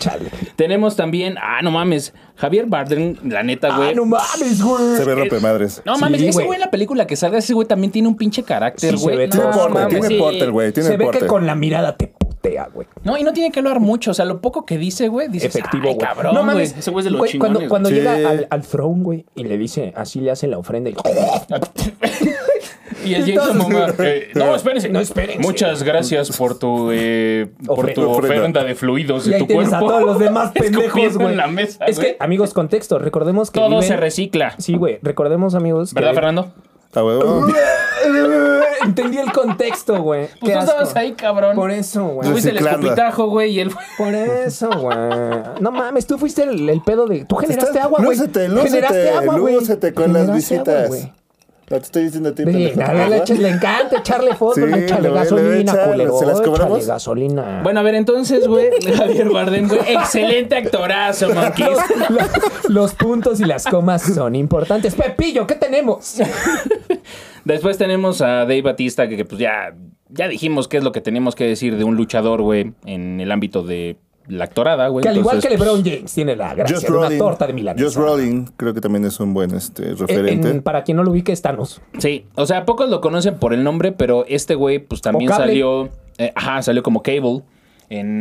S3: Chale.
S1: Tenemos también, ah, no mames, Javier Bardem, la neta,
S3: Ah,
S1: güey.
S3: no
S1: no,
S3: mames,
S2: Se
S3: güey.
S2: ve rompe madres.
S1: mames,
S3: Sí,
S1: ese
S3: güey.
S1: güey en la película que salga, ese güey también tiene un pinche carácter,
S3: Sí, se
S1: güey.
S3: ve,
S1: no,
S3: tiene porte,
S1: mames,
S2: tiene
S1: sí.
S2: porte el güey, tiene
S3: Se ve
S2: porte.
S3: que con la mirada te putea, güey.
S1: No, y no tiene que hablar mucho, o sea, lo poco que dice, güey, dice,
S3: efectivo,
S1: ay,
S3: güey.
S1: cabrón,
S3: no
S1: güey.
S3: mames.
S1: Ese güey es de los
S3: Güey,
S1: chingones.
S3: Cuando, cuando
S2: Sí.
S3: llega al, al throne, güey, y le dice, así le hace la ofrenda. Y...
S1: Y el
S3: Y
S1: Jason
S3: todos-
S1: Momoa, eh, no, espérense.
S3: No, espérense.
S1: Muchas gracias por tu, eh, por tu
S2: Ofrenda.
S1: ofrenda de fluidos de
S3: Y ahí
S1: tu
S3: tienes
S1: cuerpo.
S3: a todos los demás pendejos,
S1: Escupiendo
S3: güey.
S1: en la mesa,
S3: es
S1: güey.
S3: que, amigos, contexto. Recordemos que
S1: Todo
S3: viven-
S1: se recicla.
S3: Sí, güey. Recordemos, amigos. que-
S1: ¿Verdad, Fernando?
S2: A huevo.
S3: Entendí el contexto, güey.
S1: Pues
S3: Qué
S1: tú estabas
S3: asco.
S1: ahí, cabrón.
S3: Por eso, güey.
S1: Tú fuiste el
S2: Reciclando.
S1: escupitajo, güey, y él fue...
S3: Por eso, güey. No mames, tú fuiste el, el pedo de. Tú generaste
S2: Estás-
S3: agua, güey.
S2: Lúcete,
S3: generaste
S2: lúcete,
S3: agua, güey.
S2: lúcete con las
S3: Generaste agua,
S2: visitas.
S3: güey.
S2: No te estoy diciendo a ti,
S3: Sí,
S2: pendejo,
S3: a la
S2: ¿verdad?
S3: leche le encanta echarle fotos,
S2: Sí,
S3: le échale
S2: le voy- le voy a
S3: gasolina,
S2: echar,
S3: culero.
S2: ¿se las cobramos?
S3: Échale gasolina.
S1: Bueno, a ver, entonces, güey, Javier Bardem, güey, excelente actorazo, monkeys.
S3: Los, los- los puntos y las comas son importantes. Pepillo, ¿qué tenemos?
S1: Después tenemos a Dave Batista, que, que, pues ya, ya dijimos qué es lo que tenemos que decir de un luchador, güey, en el ámbito de la actorada, güey.
S3: Que al igual que
S1: Entonces,
S3: LeBron James tiene la gracia
S2: Just
S3: de una
S2: Rolling.
S3: torta de Milán.
S2: Just Rolling, creo que también es un buen este, referente.
S3: para quien no lo ubique, es Thanos.
S1: Sí, o sea, pocos lo conocen por el nombre, pero este güey, pues también
S3: O cable.
S1: salió. eh, ajá, salió como Cable.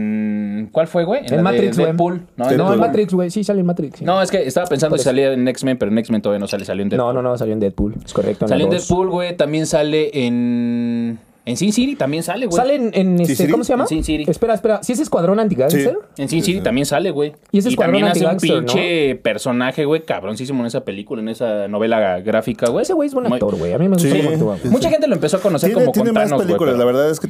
S1: en. ¿Cuál fue, güey?
S3: En
S1: la de
S3: Matrix, güey.
S1: Deadpool. No,
S3: No,
S1: no,
S3: en
S2: Deadpool.
S3: Matrix, güey. Sí, sale en Matrix. sí.
S1: no, es que estaba pensando si salía en X-Men, pero en X-Men todavía no sale, salió en Deadpool.
S3: no, no, no, salió en Deadpool. Es correcto. en la
S1: salió en
S3: dos.
S1: Deadpool, güey. También sale en. En Sin City también sale, güey.
S3: Sale en, en este,
S2: City?
S3: ¿cómo se llama?
S1: En Sin City.
S3: Espera, espera. ¿Sí es Escuadrón Antigangster?
S2: Sí.
S1: En Sin City también sale, güey.
S3: Y ese escuadrón
S1: también hace un
S3: anti-gangster, ¿no?
S1: pinche personaje, güey, cabroncísimo en esa película, en esa novela gráfica, güey.
S3: Ese güey es buen
S1: Muy-
S3: actor, güey. A mí me gusta
S2: Sí.
S3: cómo actúa. güey.
S1: Mucha gente lo empezó a conocer
S2: Tiene,
S1: como
S2: tiene
S1: con
S2: más
S1: Thanos, güey.
S2: películas,
S1: pero-
S2: la verdad es que.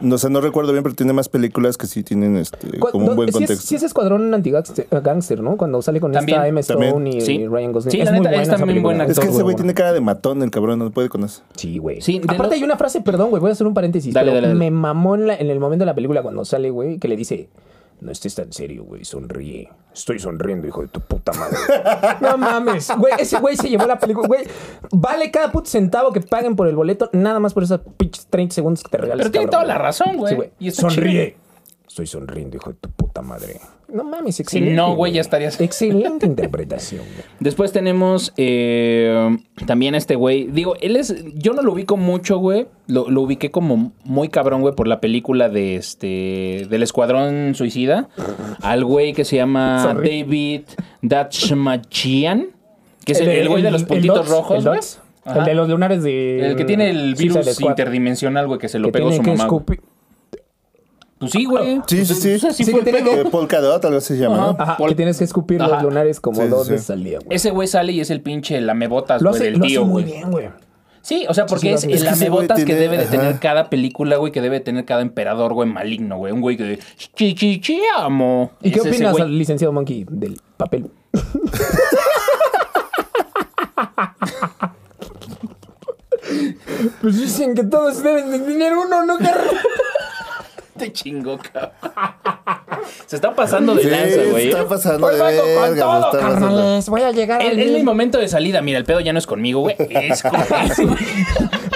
S2: No, o sea, no recuerdo bien, pero tiene más películas que sí tienen este,
S3: Cu-
S2: como
S3: no,
S2: un buen
S3: sí es-
S2: contexto.
S3: Sí es, Escuadrón Antigangster, eh, gangster, ¿no? Cuando sale con
S1: También,
S3: esta M. Stone
S2: también.
S3: y,
S1: Sí.
S3: y Ryan Gosling.
S1: Sí, la
S3: es
S1: neta,
S3: muy
S1: es
S3: buena esa
S1: también
S3: película.
S1: buen
S2: Es que ese
S1: actor,
S2: güey
S3: bueno.
S2: tiene cara de matón, el cabrón, no puede con eso.
S3: Sí, güey.
S1: Sí, de
S3: Aparte
S1: los-
S3: hay una frase, perdón, güey, voy a hacer un paréntesis,
S1: Dale,
S3: pero
S1: dale, dale.
S3: me mamó en, la- en el momento de la película cuando sale, güey, que le dice, no estés tan serio, güey, sonríe. Estoy sonriendo, hijo de tu puta madre. no mames, güey, ese güey se llevó la película, güey. Vale cada puto centavo que paguen por el boleto, nada más por esas pinches 30 segundos que te regalas.
S1: Pero tiene
S3: cabrón,
S1: toda la razón, güey.
S3: Sí,
S1: Y está
S3: sonríe. Estoy sonriendo, hijo de tu puta madre. No mames, excelente.
S1: no, güey, ya estarías-
S3: Excelente interpretación, güey.
S1: Después tenemos eh, también a este güey. Digo, él es. Yo no lo ubico mucho, güey. Lo, lo ubiqué como muy cabrón, güey, por la película de este. Del Escuadrón Suicida. Al güey que se llama
S3: Sorry.
S1: David Dachmachian. Que es el,
S3: El-
S1: el güey de
S3: el-
S1: los
S3: el
S1: puntitos
S3: Dots,
S1: rojos.
S3: El,
S1: güey.
S3: Dots,
S1: Ajá.
S3: el de los lunares de.
S1: El que tiene el
S3: Suicide
S1: virus
S3: Squad.
S1: interdimensional, güey, que se lo
S3: que
S1: pegó
S3: tiene
S1: su
S3: que
S1: mamá. güey.
S3: escupir-
S1: Pues sí, güey.
S2: Sí, sí, sí.
S1: Pues así
S3: Sí,
S1: fue
S3: que
S1: el
S3: tiene
S1: pedo.
S2: Eh, Polka Dot, algo así se llama, ¿no?
S3: Ajá,
S1: Pol-
S3: que tienes que escupir
S1: Ajá.
S3: los lunares como
S2: Sí, sí,
S3: dos
S2: sí.
S3: veces al día, güey.
S1: Ese güey sale y es el pinche lamebotas,
S3: Lo
S1: güey,
S3: hace,
S1: del
S3: lo hace
S1: tío,
S3: muy
S1: güey.
S3: bien, güey.
S1: Sí, o sea, porque
S3: Sí,
S1: es
S3: sí,
S1: el
S3: es
S2: que ese
S1: lamebotas
S2: güey
S1: que
S2: tiene-
S1: debe de tener
S2: ajá.
S1: cada película, güey, que debe de tener cada emperador, güey, maligno, güey. Un güey que de "Chi, chi, chi, amo.
S3: ¿Y qué
S1: Es ese
S3: opinas,
S1: güey.
S3: al licenciado Monkey, del papel? pues dicen que todos deben de tener uno, ¿no, carnal?
S1: Te chingo, cabrón. Se está pasando de
S2: Sí,
S1: lanza, güey.
S2: está
S1: ¿eh?
S2: pasando
S3: Hoy
S2: de
S3: vengo
S2: verga,
S3: con todo,
S2: está pasando-
S3: carnales. Pues Voy a llegar
S1: Es,
S3: al
S1: es mi
S3: mil.
S1: momento de salida. Mira, el pedo ya no es conmigo, güey. Es con
S3: Ah,
S1: ese güey.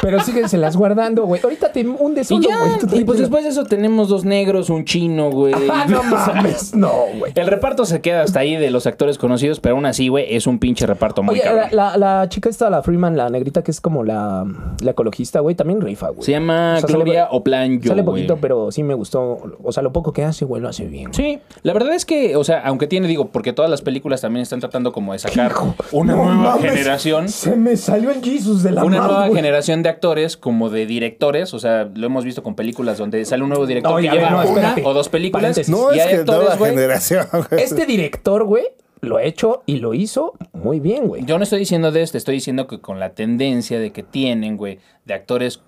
S3: Pero síguense las guardando, güey. Ahorita te hundes
S1: Y
S3: solo,
S1: ya,
S3: güey. Tú
S1: y pues
S3: tranquilo.
S1: después de eso tenemos dos negros, un chino, güey.
S3: Ah, no mames. No, güey.
S1: El reparto se queda hasta ahí de los actores conocidos, pero aún así, güey, es un pinche reparto muy
S3: Oye,
S1: cabrón.
S3: la, la- la chica esta, la Freeman, la negrita que es como la, la ecologista, güey, también rifa, güey.
S1: Se llama
S3: O sea,
S1: Gloria
S3: sale-
S1: Oplanjo,
S3: Sale
S1: güey.
S3: poquito, pero sí me gustó. O sea, lo poco que hace, güey, lo hace bien.
S1: Sí, la verdad es que, o sea, aunque tiene, digo, porque todas las películas también están tratando como de sacar
S3: Hijo,
S1: una
S3: no
S1: nueva
S3: mames,
S1: generación.
S3: Se me salió el Jesus de la
S1: Una
S3: mano,
S1: nueva
S3: güey.
S1: generación de actores como de directores, o sea, lo hemos visto con películas donde sale un nuevo director
S3: Oye,
S1: que lleva
S3: a ver, no,
S1: una
S3: espérate.
S1: o dos películas.
S3: Paréntesis.
S2: No,
S1: y
S2: es
S1: hay
S2: que
S1: actores,
S2: toda
S1: güey,
S2: generación. güey.
S3: Este director, güey, lo ha hecho y lo hizo muy bien, güey.
S1: Yo no estoy diciendo de esto, estoy diciendo que con la tendencia de que tienen, güey, de actores,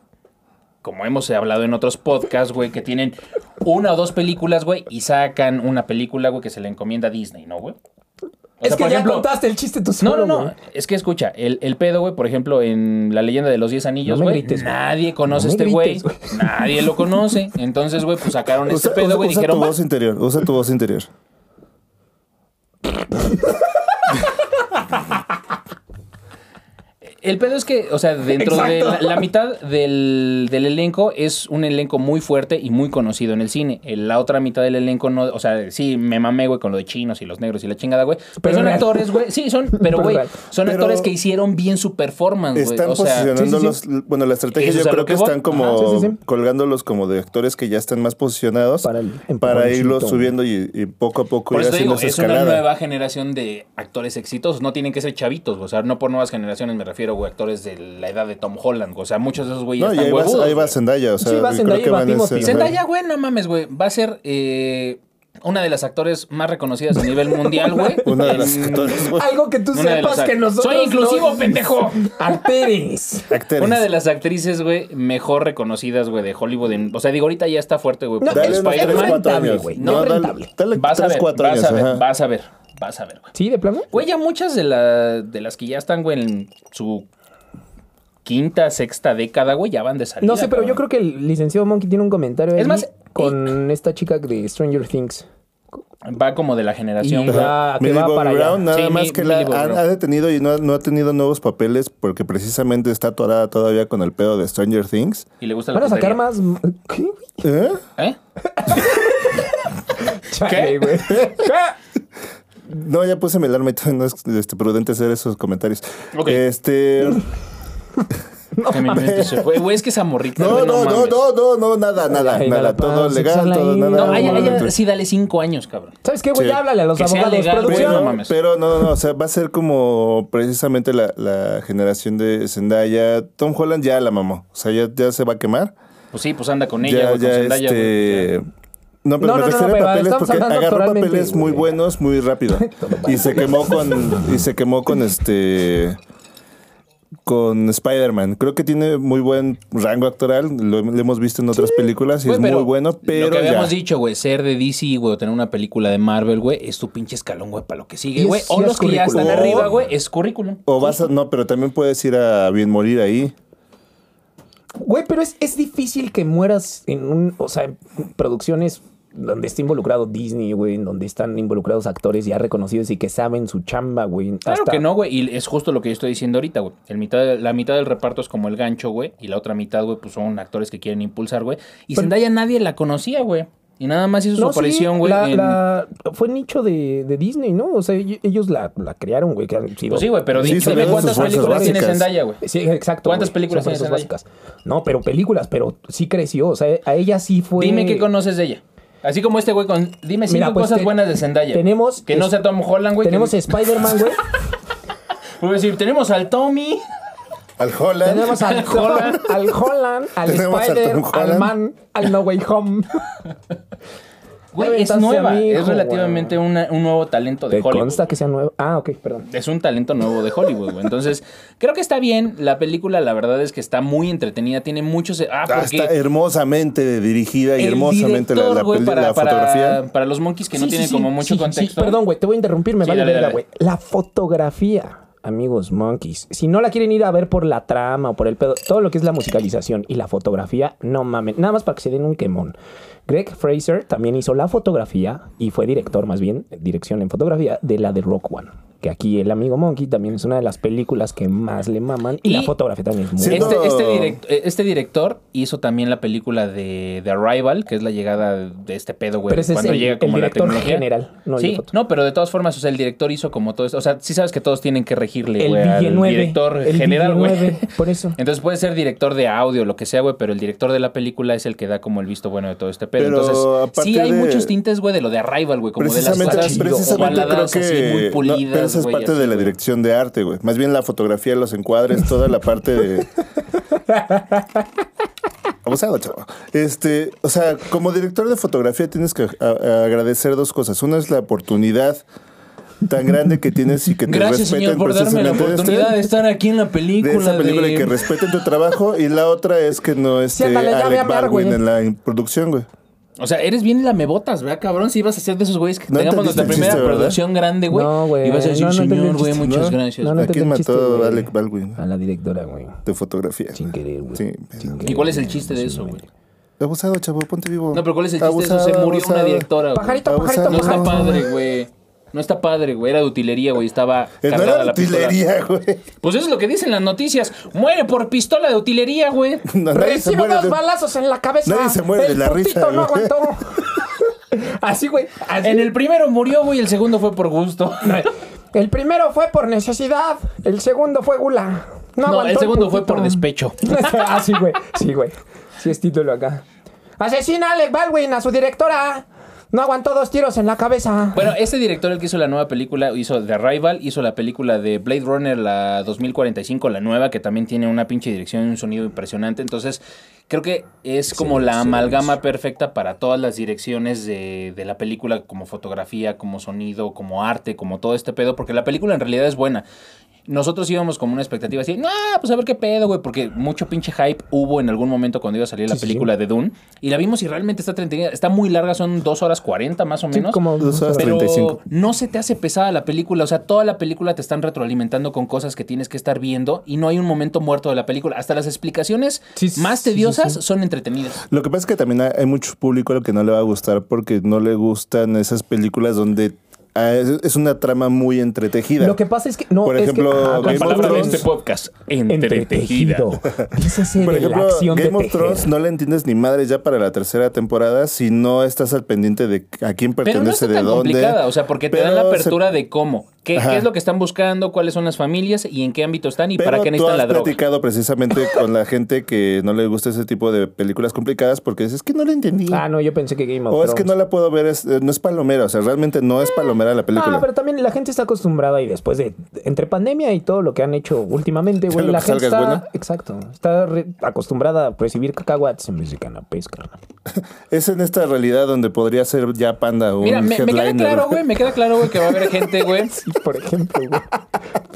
S1: como hemos hablado en otros podcasts, güey, que tienen una o dos películas, güey, y sacan una película, güey, que se le encomienda a Disney, ¿no, güey? O
S3: es
S1: sea,
S3: que
S1: por
S3: ya
S1: ejemplo,
S3: contaste el chiste tú
S1: No, no,
S3: solo,
S1: no.
S3: güey.
S1: Es que escucha, el, el pedo, güey, por ejemplo, en La leyenda de los 10 anillos,
S3: No me
S1: güey.
S3: grites, güey.
S1: nadie conoce
S3: No me
S1: este güey.
S3: grites, güey.
S1: Nadie lo conoce. Entonces, güey, pues sacaron este
S2: Usa,
S1: pedo,
S2: usa-
S1: güey. y
S2: usa tu
S1: Dijeron,
S2: voz interior, usa tu voz interior.
S1: "Va". el pedo es que, o sea, dentro de la,
S3: Exacto.
S1: la mitad del, del elenco es un elenco muy fuerte y muy conocido en el cine. En La otra mitad del elenco no, o sea, sí, me mamé, güey, con lo de chinos y los negros y la chingada, güey. Pero,
S3: Pero
S1: son
S3: real.
S1: actores, güey. Sí, son, pero,
S3: Pero
S1: güey,
S3: real.
S1: son
S2: Pero-
S1: actores que hicieron bien su performance, güey.
S2: Están
S1: O sea,
S2: posicionando
S3: sí, sí,
S2: los. Bueno, la estrategia
S1: Eso es
S2: yo
S1: a lo
S2: creo que,
S1: que voy.
S2: están como
S3: Ajá, sí, sí, sí.
S2: colgándolos como de actores que ya están más posicionados
S3: Para
S2: para,
S3: el empujoncito,
S2: irlos
S3: güey.
S2: subiendo y, y poco a poco
S1: Por
S2: ir
S1: eso te
S2: haciendo
S1: digo,
S2: esa
S1: es una
S2: escalada.
S1: nueva generación de actores exitosos. No tienen que ser chavitos, güey. o sea, no por nuevas generaciones me refiero, güey, actores de la edad de Tom Holland. güey. O sea, muchos de esos güeyes
S2: No, y
S1: están
S2: ahí va,
S1: huevudos,
S2: ahí va
S1: güey.
S2: Zendaya, o sea,
S3: Sí, va
S2: creo
S3: Zendaya y
S2: que
S3: va
S2: van a
S3: Timothy.
S2: ser-
S1: Zendaya, güey, no mames, güey. Va a ser eh, una de las actores más reconocidas a nivel mundial, güey.
S2: Una de las
S1: En-
S2: actores-
S3: Algo que tú
S1: Una de
S3: sepas
S1: las-
S3: que nosotros.
S1: Soy inclusivo,
S3: no-
S1: pendejo.
S3: Alteres.
S2: actores.
S1: Una de las actrices, güey, mejor reconocidas, güey, de Hollywood. en- O sea, digo, ahorita ya está fuerte, güey. porque
S2: Dale unos
S1: Spider-Man-
S2: 3, 4
S3: rentable,
S2: años.
S3: güey, no
S2: No, dale,
S3: rentable.
S2: dale
S1: Vas a
S2: 3,
S1: ver,
S2: 4
S1: vas
S2: años.
S1: a ver,
S2: ajá.
S1: vas a ver, vas a ver, güey.
S3: ¿Sí, de plano?
S1: Güey, ya muchas de, la, de las que ya están, güey, en su quinta, sexta década, güey, ya van de salida.
S3: No sé, pero yo creo que el licenciado Monkey tiene un comentario
S1: Es
S3: ahí
S1: más,
S3: con esta chica de Stranger Things.
S1: que... Va como de la generación,
S3: Y-
S1: güey.
S3: Ah, que
S2: Millie
S3: va
S2: Bobby
S3: para allá.
S2: Brown, nada
S1: Sí,
S2: más
S1: Mi-
S2: que la-
S1: Millie Bobby
S2: ha,
S1: Brown.
S2: ha detenido y no, no ha tenido nuevos papeles porque precisamente está atorada todavía con el pedo de Stranger Things.
S1: Y le gusta la
S3: Van a sacar
S1: puntería.
S3: más. ¿Qué, güey?
S2: ¿Eh?
S1: ¿Eh?
S3: Chale, güey.
S2: No, ya puse mi alarma y todo, no es este, prudente hacer esos comentarios.
S1: Ok.
S2: Este.
S1: Que mi mente se fue. Güey, es que esa morrita.
S2: No,
S1: güey,
S2: no, no,
S1: mames.
S2: no, no, no, nada, nada,
S3: Ay,
S2: nada.
S3: dale
S2: Todo
S3: paz,
S2: legal,
S3: sexual
S2: todo
S3: ahí.
S2: nada.
S1: No,
S2: nada,
S1: ay, ay,
S2: nada.
S1: ay, sí, dale cinco años, cabrón.
S3: ¿Sabes qué, güey?
S2: Sí.
S3: Ya háblale a los
S1: Que sea
S3: abogados.
S1: legal, güey,
S2: Pero,
S3: producción.
S1: no mames.
S2: pero no, no, no, o sea, va a ser como precisamente la, la generación de Zendaya. Tom Holland ya la mamó. O sea, ya, ya se va a quemar.
S1: Pues sí, pues anda con
S2: ya,
S1: ella, güey, con
S2: ya,
S1: Zendaya, güey.
S2: este.
S3: No,
S2: No, pero me
S3: no, no,
S2: refiero
S3: no, pero
S2: a papeles
S3: estamos
S2: porque
S3: hablando
S2: agarró
S3: actualmente,
S2: papeles muy
S3: güey.
S2: buenos, muy rápido. y se quemó con. Y se quemó con este. Con Spider-Man. Creo que tiene muy buen rango actoral. Lo, lo hemos visto en otras películas y
S1: Güey,
S2: es muy bueno, pero.
S1: Lo que
S2: ya.
S1: habíamos dicho, güey, ser de DC, güey, o tener una película de Marvel, güey, es tu pinche escalón, güey, para lo que
S3: Y
S1: sigue,
S3: es-
S1: güey.
S3: sí
S1: O
S3: es
S1: los que ya
S3: currículum.
S1: están
S2: O-
S1: arriba, güey, es currículum.
S2: O vas a. No, pero también puedes ir a bien morir ahí.
S3: Güey, pero es, es difícil que mueras en un. O sea, en producciones donde está involucrado Disney, güey, en donde están involucrados actores ya reconocidos y que saben su chamba, güey.
S1: Claro
S3: Hasta-
S1: que no, güey. Y es justo lo que yo estoy diciendo ahorita, güey. El mitad- la mitad del reparto es como el gancho, güey. Y la otra mitad, güey, pues son actores que quieren impulsar, güey. Y Zendaya nadie la conocía, güey. Y nada más hizo su
S3: No, sí,
S1: aparición, güey.
S3: la-
S1: en-
S3: la- Fue nicho de, de Disney, ¿no? O sea, ellos ellos la, la crearon, güey. que han sido-
S1: Pues sí, güey, pero
S2: Sí,
S1: di-
S2: se
S1: dime
S2: ve
S1: cuántas
S2: sus fuerzas
S1: películas tiene
S2: básicas.
S1: Zendaya, güey.
S3: Sí, exacto.
S1: ¿Cuántas
S3: güey,
S1: películas
S3: son fuerzas
S1: tienes en
S3: básicas? No, pero películas, pero sí creció. O sea, a ella sí fue.
S1: Dime qué conoces de ella. Así como este güey con... Dime cinco
S3: Mira, pues,
S1: cosas
S3: te-
S1: buenas de Zendaya.
S3: tenemos-
S1: Que no sea Tom Holland, güey.
S3: Tenemos
S1: que-
S3: Spider-Man, güey.
S1: Voy a decir, tenemos al Tommy.
S2: Al Holland.
S3: Tenemos al Holland, al Holland, al
S2: Tenemos al
S3: Spider,
S2: Tom
S3: al
S2: Holland.
S3: Man, al No Way Home.
S1: Güey, es
S3: Aventaste a
S1: nueva.
S3: mi hijo,
S1: es relativamente una- un nuevo talento de
S3: ¿Te
S1: Hollywood.
S3: consta que sea nuevo? Ah, ok, perdón.
S1: es un talento nuevo de Hollywood, güey. Entonces, creo que está bien. La película, la verdad es que está muy entretenida. Tiene muchos. Ah,
S2: Ah,
S1: porque.
S2: está hermosamente dirigida y
S1: el
S2: hermosamente la-
S1: director,
S2: la,
S1: güey,
S2: peli-
S1: para,
S2: la
S1: para-
S2: fotografía.
S1: Para los monkeys que no
S3: Sí, sí,
S1: tienen
S3: sí,
S1: como mucho
S3: sí, sí,
S1: contexto.
S3: perdón, güey, te voy a interrumpir, me
S1: Sí,
S3: vale
S1: dale,
S3: verga,
S1: dale.
S3: güey. La fotografía, amigos monkeys. Si no la quieren ir a ver por la trama o por el pedo, todo lo que es la musicalización y la fotografía, no mamen. Nada más para que se den un quemón. Greg Fraser también hizo la fotografía y fue director, más bien, dirección en fotografía, de la de Rock One. Que aquí el amigo Monkey también es una de las películas que más le maman. Y, la
S1: Y-
S3: fotografía también es muy
S2: Sí,
S3: buena.
S1: Este,
S2: Siendo-
S1: este direct- eh, este director hizo también la película de, de Arrival, que es la llegada de este pedo, güey.
S3: Pero ese es
S1: cuando
S3: el-
S1: llega como
S3: el
S1: la
S3: director
S1: tecnología.
S3: general, no el de
S1: sí,
S3: foto.
S1: no, pero de todas formas, o sea, el director hizo como todo esto. O sea, sí sabes que todos tienen que regirle,
S3: El
S1: güey, al
S3: Villeneuve,
S1: director
S3: el
S1: general, güey.
S3: Villeneuve, por eso.
S1: Entonces puede ser director de audio, lo que sea, güey, pero el director de la película es el que da como el visto bueno de todo este pedo.
S2: Pero
S1: Entonces, sí
S2: aparte
S1: hay
S2: de-
S1: muchos tintes, güey, de lo de Arrival, güey, como de las
S2: Precisamente,
S1: cosas
S2: precisamente creo
S1: ovaladas,
S2: que
S1: así, muy
S2: no,
S1: pulidas,
S2: pero esa es
S1: güey,
S2: parte
S1: así,
S2: de la
S1: güey.
S2: dirección de arte, güey. Más bien la fotografía, los encuadres, toda la parte de abusado, chavo. Este, o sea, como director de fotografía tienes que a- a- agradecer dos cosas. Una es la oportunidad tan grande que tienes y que te
S1: Gracias,
S2: respeten
S1: señor, por darme la
S2: precisamente de este-
S1: oportunidad de estar aquí en la película.
S2: de esa película y que respeten tu trabajo y la otra es que no esté
S3: ándale, ya ve a
S2: Alec
S3: hablar,
S2: Baldwin
S3: güey.
S2: en la in- producción, güey.
S1: O sea, eres bien lamebotas, ¿verdad, cabrón? Si ibas a ser de esos güeyes que
S2: No
S1: tengamos nuestra
S2: entendiste el
S1: primera
S2: chiste, ¿verdad?
S1: producción grande, güey.
S3: No, güey,
S1: Y vas a decir,
S3: no, no entendí
S1: señor,
S3: el
S1: güey,
S3: chiste,
S1: muchas
S2: ¿no?
S1: gracias.
S3: No, no
S2: ¿A
S3: te
S2: quién
S3: lo
S2: mató
S3: chiste, güey.
S2: Alec Baldwin
S3: A la directora, güey.
S2: de fotografía?
S3: Sin querer, güey.
S2: Sí,
S3: Sin
S1: ¿Y
S3: querer,
S1: cuál es el
S3: güey,
S1: chiste de eso, güey?
S2: Abusado, chavo, ponte vivo.
S1: No, pero ¿cuál es el chiste
S2: Abusado,
S1: de eso? Se murió una
S2: abusado.
S1: directora, güey.
S3: Pajarito, pajarito,
S1: No está
S2: Abusado.
S3: pajarito.
S1: padre, güey. No está padre, güey. Era de utilería, güey. Estaba
S2: Eh, No
S1: cargada
S2: era
S1: la pistola.
S2: utilería, güey.
S1: Pues eso es lo que dicen las noticias. Muere por pistola de utilería, güey.
S2: No, nadie se
S3: Recibe
S2: muere
S3: unos
S2: de-
S3: balazos en la cabeza.
S2: Nadie se muere
S3: El
S2: de la
S3: putito
S2: risa,
S3: no
S2: güey.
S3: aguantó. Así, güey. así.
S1: En el primero murió, güey. El segundo fue por gusto.
S3: El primero fue por necesidad. El segundo fue gula.
S1: No,
S3: No, aguantó
S1: el segundo fue
S3: putito.
S1: por despecho.
S3: Así, güey. Ah, Sí, güey. Sí es título acá. Asesina a Alec Baldwin, a su directora. No aguantó dos tiros en la cabeza.
S1: Bueno, este director, el que hizo la nueva película, hizo The Rival, hizo la película de Blade Runner, la 2045, la nueva, que también tiene una pinche dirección y un sonido impresionante. Entonces, creo que es como la amalgama perfecta para todas las direcciones de, de la película, como fotografía, como sonido, como arte, como todo este pedo, porque la película en realidad es buena. Nosotros íbamos como una expectativa así, no, pues a ver qué pedo, güey, porque mucho pinche hype hubo en algún momento cuando iba a salir la película de Dune. Y la vimos y realmente está entretenida. Está muy larga, son dos horas 40 más o
S3: Sí,
S1: menos.
S3: como-
S2: Dos horas
S1: Pero
S2: 35.
S1: no se te hace pesada la película. O sea, toda la película te están retroalimentando con cosas que tienes que estar viendo y no hay un momento muerto de la película. Hasta las explicaciones
S3: Sí, sí,
S1: más
S3: sí,
S1: tediosas son entretenidas.
S2: Lo que pasa es que también hay hay mucho público al que no le va a gustar porque no le gustan esas películas donde ah, es es una trama muy entretejida.
S3: Lo que pasa es que no.
S2: Por
S3: es
S2: ejemplo,
S3: que,
S2: Game
S3: pues,
S2: of
S3: palabra
S2: Thrones.
S3: de este
S1: podcast,
S3: Entretejido. Dícese
S2: Por
S3: ah, de
S2: ejemplo,
S3: la acción
S2: Game
S3: de
S2: of Thrones
S3: tejer.
S2: no le entiendes ni madre ya para la tercera temporada si no estás al pendiente de a quién
S1: Pero no
S2: pertenece,
S1: está
S2: de
S1: tan
S2: dónde.
S1: complicada, o sea, porque te
S2: Pero
S1: dan la
S2: se-
S1: apertura de cómo ¿Qué,
S2: Ajá.
S1: qué es lo que están buscando? ¿Cuáles son las familias? ¿Y en qué ámbito están? ¿Y
S2: Pero
S1: para qué
S2: tú has
S1: necesitan la droga?
S2: platicado precisamente con la gente que no le gusta ese tipo de películas complicadas porque dices, es que no la entendí.
S3: Ah, no, yo pensé que Game of
S2: o es
S3: Thrones.
S2: que no la puedo ver, es- eh, no es palomera, o sea, realmente no es palomera la película.
S3: No, pero también la gente está acostumbrada y después de entre pandemia y todo lo que han hecho últimamente,
S2: Ya
S3: güey,
S2: lo
S3: la
S2: que
S3: gente
S2: salga
S3: está
S2: es bueno.
S3: exacto, está re- acostumbrada a recibir cacahuates en vez de canapés, carnal.
S2: Es en esta realidad donde podría ser ya Panda un
S1: Mira, me, me queda
S2: headliner.
S1: claro, güey, me queda claro, güey, que va a haber gente, güey.
S3: Por ejemplo, güey.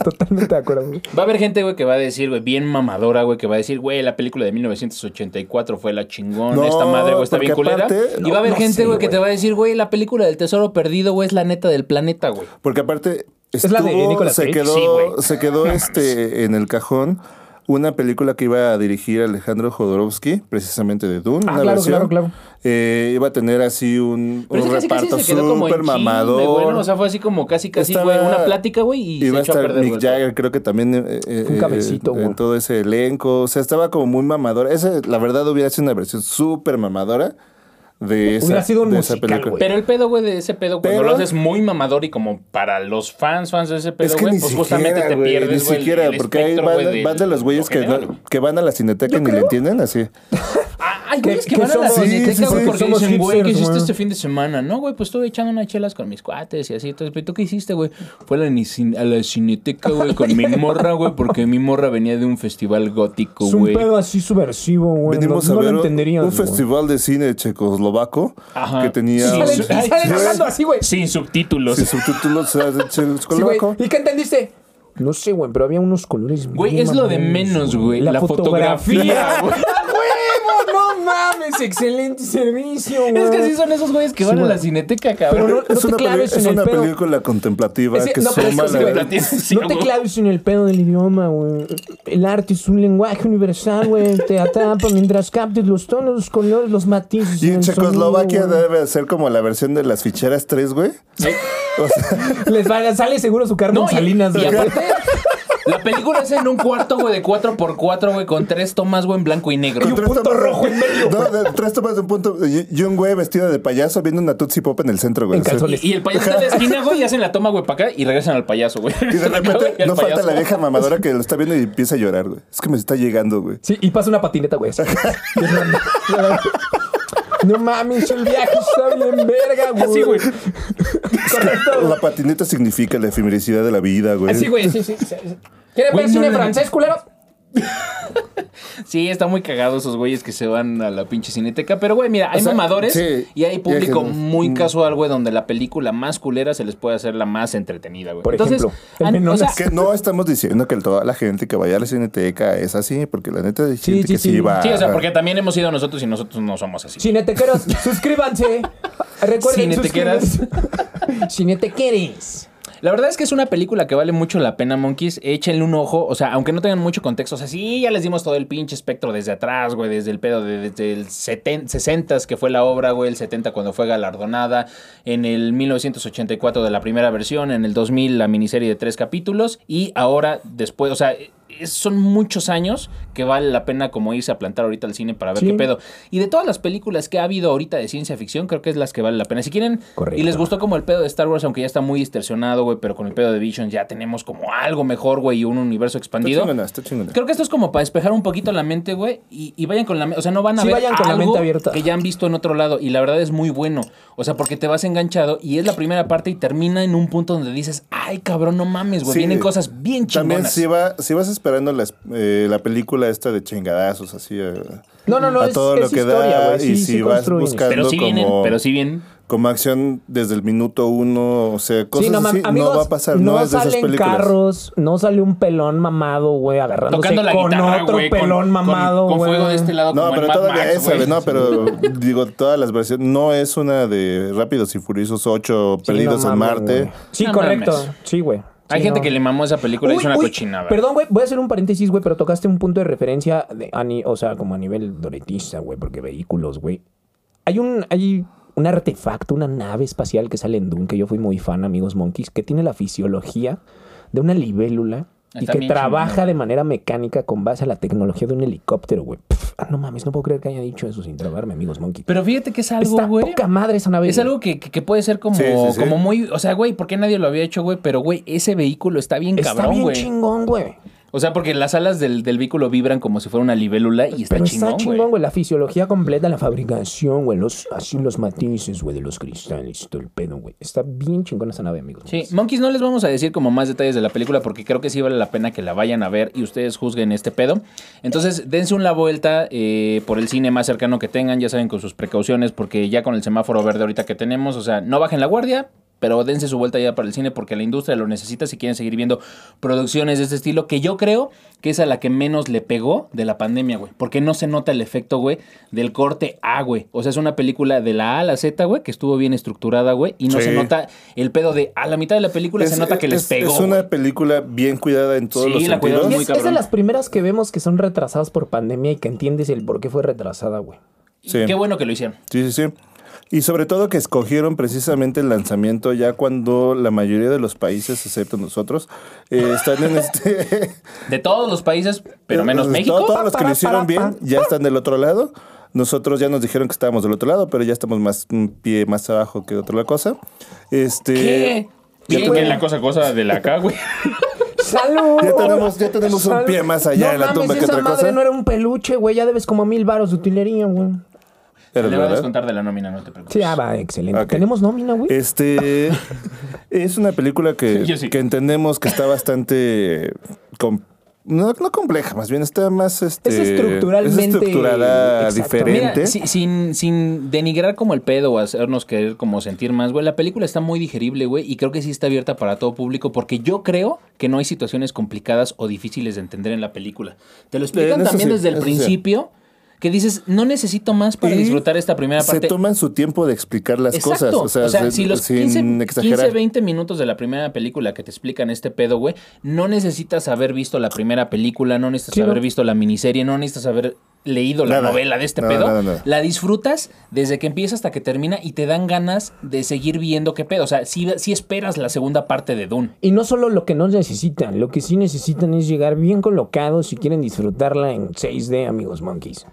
S3: Totalmente de acuerdo. güey.
S1: Va a haber gente, güey, que va a decir, güey, bien mamadora, güey, que va a decir, güey, la película de 1984 fue la chingón,
S2: No,
S1: esta madre, güey, está
S2: porque
S1: bien culera.
S2: aparte-
S1: y va a haber
S3: no
S1: gente,
S3: sé,
S1: güey, que
S3: güey.
S1: te va a decir, güey, la película del tesoro perdido, güey, es la neta del planeta, güey.
S2: Porque aparte
S3: ¿Es la de
S2: estuvo-
S3: Nicolas
S2: se
S3: Cage?
S2: quedó,
S1: Sí, güey.
S2: se quedó este en el cajón una película que iba a dirigir Alejandro Jodorowsky, precisamente de Dune,
S3: Ah,
S2: una
S3: claro,
S2: versión.
S3: claro, claro.
S2: Eh, iba a tener así un,
S1: Pero
S2: un
S1: es que casi,
S2: reparto
S1: casi se quedó como en
S2: súper
S1: chisme,
S2: mamador.
S1: güey, ¿no? O sea, fue así como casi, casi,
S2: Estaba-
S1: güey, una plática, güey, y
S2: Iba
S1: se
S2: a
S1: echó a
S2: estar
S1: perder,
S2: Mick
S1: güey.
S2: Jagger, creo que también eh, eh,
S3: Un
S2: eh,
S3: cabecito,
S2: en
S3: güey.
S2: todo ese elenco. O sea, estaba como muy mamador. Ese, la verdad, hubiera sido una versión súper mamadora de esa,
S3: Hubiera sido un
S2: de esa
S3: musical,
S2: película.
S3: güey.
S1: Pero el pedo, güey, de ese pedo, cuando
S2: Pero-
S1: lo haces muy mamador y como para los fans, fans de ese pedo,
S2: es que
S1: güey,
S2: ni
S1: pues justamente
S2: siquiera,
S1: te
S2: güey,
S1: pierdes,
S2: ni
S1: güey, el-
S2: siquiera,
S1: el
S2: porque ahí
S1: espectro,
S2: van,
S1: güey, del-
S2: van de los güeyes
S1: lo
S2: que,
S1: general,
S2: no-
S1: güey.
S2: que van a la cineteca y ni le entienden así.
S1: Ah, Hay
S3: Que-
S1: güeyes que
S3: que
S1: van a la
S3: somos-
S1: cineteca,
S2: sí, sí,
S1: güey,
S2: sí,
S1: porque
S3: somos
S1: dicen, güey, ¿qué
S3: hipsters,
S1: hiciste
S3: güey.
S1: este fin de semana? No, güey, pues estuve echando unas chelas con mis cuates y así. Entonces, pero ¿tú qué hiciste, güey? Fue a la, ni- cin- a la cineteca, güey, con mi morra, güey, porque mi morra venía de un festival gótico,
S3: Es un
S1: güey.
S3: pedo así subversivo, güey. No,
S2: Venimos
S3: no
S2: a ver
S3: lo entenderías.
S2: un
S3: güey.
S2: festival de cine checoslovaco
S1: Ajá.
S2: que tenía
S1: Sí,
S3: Y salen-
S1: sí,
S3: y salen hablando así, güey.
S1: Sin subtítulos.
S2: sin subtítulos o sea, de
S3: Sí, güey.
S2: checoslovaco.
S3: ¿Y qué entendiste? No sé, güey, pero había unos colores.
S1: Güey,
S3: bien
S1: es lo de
S3: mamones,
S1: menos, güey. La, fotografía, güey.
S3: ¡A huevo! ¡No mames! ¡Excelente servicio, güey!
S1: Es que así son esos güeyes que van a
S3: güey.
S1: la cineteca, cabrón.
S3: Pero no- no
S2: es
S3: te
S2: una,
S3: claves
S2: peli-
S3: en
S2: es
S3: el
S2: una
S3: pedo.
S2: película contemplativa
S3: Ese-
S2: que
S3: no, pero es
S2: suma
S3: que sí,
S2: la-
S3: güey, la No te claves en el pedo del idioma, güey. El arte es un lenguaje universal, güey. Te atrapa mientras captes los tonos, los colores, los matices.
S2: Y
S3: el
S2: en Checoslovaquia
S3: sonido, güey.
S2: debe ser como la versión de las ficheras 3, güey. O sea,
S3: Les va- sale seguro su Carmen
S1: No, y-
S3: Salinas,
S1: y
S3: güey.
S1: aparte, La película es en un cuarto, güey, de 4x4, güey, con tres tomas, güey, en blanco y negro.
S2: con tres
S3: punto
S2: tomas-
S3: rojo en medio,
S2: No, de- tres tomas de un punto. Y, y un güey vestido de payaso viendo una Tootsie Pop en el centro, güey.
S3: En
S2: O sea,
S3: calzones.
S1: Y el payaso está en la esquina, güey, y hacen la toma, güey, para acá y regresan al payaso, güey.
S2: Y de repente no falta la
S1: deja
S2: vieja mamadora que lo está viendo y empieza a llorar, güey. Es que me está llegando, güey.
S3: Sí, y pasa una patineta, güey. así. no mames, el viaje está bien verga, güey.
S1: Así, güey.
S3: Correcto.
S2: La patineta significa la efemericidad de la vida, güey.
S3: Así, güey, sí, sí. sí, sí. ¿Quieren
S1: Güey,
S3: ver
S1: no,
S3: cine
S1: no, no.
S3: francés, culero?
S1: Sí, está muy cagado esos güeyes que se van a la pinche cineteca. Pero, güey, mira, hay
S2: sea,
S1: mamadores
S2: sí.
S1: y hay público
S2: Ya que no. Mm.
S1: muy casual, güey, donde la película más culera se les puede hacer la más entretenida, güey.
S3: Por
S1: Entonces,
S3: ejemplo, el
S1: an-
S3: menor
S1: o sea,
S3: es
S2: Que no estamos diciendo que toda la gente que vaya a la cineteca es así, porque la neta hay gente
S3: Sí, sí,
S2: que sí,
S3: sí.
S2: va.
S1: Sí, o sea, porque también hemos ido nosotros y nosotros no somos así.
S3: Cinetequeros, suscríbanse. Recuerden,
S1: Cinetequeras.
S3: suscríbanse. Cinetequeres.
S1: La verdad es que es una película que vale mucho la pena, monkeys. Échenle un ojo, o sea, aunque no tengan mucho contexto, o sea, sí, ya les dimos todo el pinche espectro desde atrás, güey, desde el pedo, de- desde el 70, 60 que fue la obra, güey, el 70 cuando fue galardonada, en el 1984 de la primera versión, en el 2000 la miniserie de tres capítulos y ahora después, o sea... es- Son muchos años que vale la pena como irse a plantar ahorita al cine para ver
S3: Sí.
S1: qué pedo. Y de todas las películas que ha habido ahorita de ciencia ficción, creo que es las que vale la pena. Si quieren
S3: Correcto.
S1: y les gustó como el pedo de Star Wars, aunque ya está muy distorsionado, güey, pero con el pedo de Vision ya tenemos como algo mejor, güey, y un universo
S2: Está
S3: Pues
S1: expandido.
S2: chingona, está chingona.
S1: Creo que esto es como para despejar un poquito la mente, güey, y, y vayan con la mente, o sea, no van a
S3: Sí,
S1: ver
S3: vayan con la
S1: algo
S3: mente abierta.
S1: que ya han visto en otro lado, y la verdad es muy bueno, o sea, porque te vas enganchado y es la primera parte y termina en un punto donde dices, ay, cabrón, no mames, güey,
S2: Sí,
S1: vienen cosas bien
S2: También
S1: chingonas.
S2: si, va, si vas esperando las- eh, la película esta de chingadazos, así. eh,
S3: No, no, no,
S2: A
S3: es-
S2: todo
S3: es
S2: lo que
S3: historia,
S2: da.
S3: güey, sí,
S2: y
S3: sí
S2: si vas
S3: construyen.
S2: buscando
S1: pero sí
S2: como,
S1: vienen, pero sí vienen.
S2: como acción desde el minuto uno, o sea, cosas
S3: Sí, no,
S2: así,
S3: mames, amigos,
S2: no va a pasar. No,
S3: No,
S2: es de esas
S3: salen
S2: películas.
S3: carros, no sale un pelón mamado, güey, agarrándose
S1: Tocando la
S3: con
S1: guitarra,
S3: otro
S1: güey, con-
S3: pelón
S1: con,
S3: mamado,
S1: con
S3: güey.
S1: fuego de este lado
S2: No,
S1: como en
S2: pero
S1: Mad
S2: todavía
S1: Max,
S2: esa,
S1: güey.
S2: no, pero digo, todas las versiones. No es una de Rápidos y Furiosos 8,
S3: Sí, no
S2: Perdidos en
S3: mames,
S2: Marte.
S3: güey. Sí,
S1: No
S3: correcto.
S1: mames.
S3: Sí, güey.
S1: Hay
S3: Sí,
S1: gente
S3: no.
S1: que le mamó esa película y es
S3: Uy,
S1: una
S3: uy,
S1: cochinada.
S3: Perdón, güey, voy a hacer un paréntesis, güey, pero tocaste un punto de referencia, de, a ni- o sea, como a nivel doretista, güey, porque vehículos, güey. Hay un, hay un artefacto, una nave espacial que sale en Dune, que yo fui muy fan, amigos monkeys, que tiene la fisiología de una libélula y
S1: Está
S3: que
S1: bien chingón,
S3: trabaja
S1: güey.
S3: de manera mecánica con base a la tecnología de un helicóptero, güey. Pff, ah, no mames, no puedo creer que haya dicho eso sin trabarme, amigos Monkey.
S1: Pero fíjate que es
S3: Está
S1: algo, güey.
S3: poca madre esa nave.
S1: Es
S3: güey.
S1: algo que, que- que puede ser como,
S2: Sí, sí, sí.
S1: como muy. O sea, güey, ¿por qué nadie lo había hecho, güey? Pero, güey, ese vehículo está bien
S3: Está
S1: cabrón,
S3: bien
S1: güey.
S3: chingón, güey.
S1: O sea, porque las alas del, del vehículo vibran como si fuera una libélula y está
S3: Pero
S1: chingón,
S3: está chingón, güey. La fisiología completa, la fabricación, güey. Los, así los matices, güey, de los cristales, todo el pedo, güey. Está bien chingón esa nave, amigos.
S1: Sí, Monkeys no les vamos a decir como más detalles de la película porque creo que sí vale la pena que la vayan a ver y ustedes juzguen este pedo. Entonces, dense una vuelta eh, por el cine más cercano que tengan, ya saben, con sus precauciones, porque ya con el semáforo verde ahorita que tenemos, o sea, no bajen la guardia, pero dense su vuelta ya para el cine porque la industria lo necesita si quieren seguir viendo producciones de este estilo, que yo creo que es a la que menos le pegó de la pandemia, güey. Porque no se nota el efecto, güey, del corte A, güey. O sea, es una película de la A a la Z, güey, que estuvo bien estructurada, güey, y no
S2: Sí.
S1: se nota el pedo de a la mitad de la película se nota que les
S2: es-
S1: pegó.
S2: Es una
S1: güey.
S2: película bien cuidada en todos
S1: Sí,
S2: los
S1: la cuidaron
S2: sentidos.
S3: Y
S1: muy
S3: es, es de
S1: cabrón.
S3: las primeras que vemos que son retrasadas por pandemia y que entiendes el por qué fue retrasada, güey.
S2: Sí.
S1: Qué bueno que lo hicieron.
S2: Sí, sí, sí. Y sobre todo que escogieron precisamente el lanzamiento ya cuando la mayoría de los países, excepto nosotros, eh, están en este...
S1: De todos los países, pero menos
S2: to-
S1: México.
S2: pues, Todos los que lo hicieron bien ya están del otro lado. Nosotros ya nos dijeron que estábamos del otro lado, pero ya estamos más un pie más abajo que otra cosa. Este,
S1: ¿Qué?
S2: Ya
S1: Bien,
S2: tenemos-
S1: que la cosa cosa de la acá, güey.
S3: ¡Salud!
S2: Ya tenemos- ya tenemos un
S3: ¡Salud!
S2: pie más allá
S3: Ah, No
S2: en la
S3: mames,
S2: tumba que
S3: esa
S2: otra
S3: madre
S2: cosa.
S3: no era un peluche, güey. Ya debes como mil varos de utilería, güey.
S2: Pero
S1: Le
S2: de
S1: voy a
S2: verdad.
S1: descontar de la nómina, no te preocupes.
S3: Sí, ah, va, excelente.
S2: Ok.
S3: ¿Tenemos nómina, güey?
S2: Este es una película que,
S1: Yo sí.
S2: que entendemos que está bastante com- no, no compleja, más bien está más este
S3: Es estructuralmente-
S2: es estructurada
S3: Exacto.
S2: diferente.
S1: Mira, si- sin, sin denigrar como el pedo o hacernos querer como sentir más, güey, la película está muy digerible, güey, y creo que sí está abierta para todo público porque yo creo que no hay situaciones complicadas o difíciles de entender en la película. Te lo explican
S2: Eh, eso
S1: también
S2: sí,
S1: desde el
S2: eso sí.
S1: principio que dices, no necesito más para
S2: Y
S1: disfrutar esta primera
S2: se
S1: parte.
S2: toman su tiempo de explicar las
S1: Exacto.
S2: cosas, o sea, se-
S1: si los
S2: sin
S1: 15,
S2: exagerar.
S1: 15, 20 minutos de la primera película que te explican este pedo, güey, no necesitas haber visto la primera película, no necesitas
S3: Sí, ¿no?
S1: haber visto la miniserie, no necesitas haber leído la
S2: Nada.
S1: novela de este
S2: Nada,
S1: pedo.
S2: nada, nada.
S1: La disfrutas desde que empieza hasta que termina y te dan ganas de seguir viendo qué pedo. O sea, si, esperas la segunda parte de Dune.
S3: Y no solo lo que no necesitan, lo que sí necesitan es llegar bien colocados si quieren disfrutarla en 6D, amigos monkeys.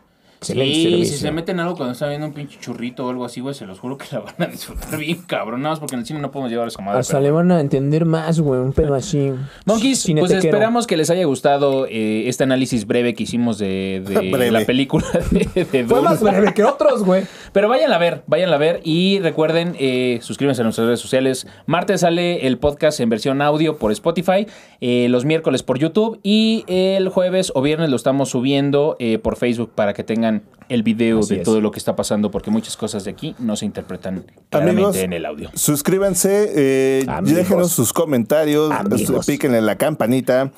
S3: Excelente
S1: Y
S3: servicio.
S1: si se meten algo cuando están viendo un pinche churrito o algo así, güey, se los juro que la van a disfrutar bien cabrón. Nada más porque en el cine no podemos llevar esa madre.
S3: Hasta
S1: pero-
S3: le van a entender más, güey, un pedo así.
S1: Monkeys, pues
S3: Cinetequero.
S1: esperamos que les haya gustado eh, este análisis breve que hicimos de, de
S2: Breve.
S1: la película de, de
S3: Fue
S1: Dune.
S3: más breve que otros, güey.
S1: Pero váyanla a ver, váyanla a ver y recuerden, eh, suscríbanse a nuestras redes sociales. Martes sale el podcast en versión audio por Spotify, eh, los miércoles por YouTube y el jueves o viernes lo estamos subiendo eh, por Facebook para que tengan el video
S3: Así
S1: de
S3: es.
S1: todo lo que está pasando porque muchas cosas de aquí no se interpretan claramente
S2: Amigos,
S1: en el audio.
S2: Suscríbanse, eh,
S3: Amigos.
S2: déjenos sus comentarios, eh,
S3: Amigos.
S2: píquenle la campanita,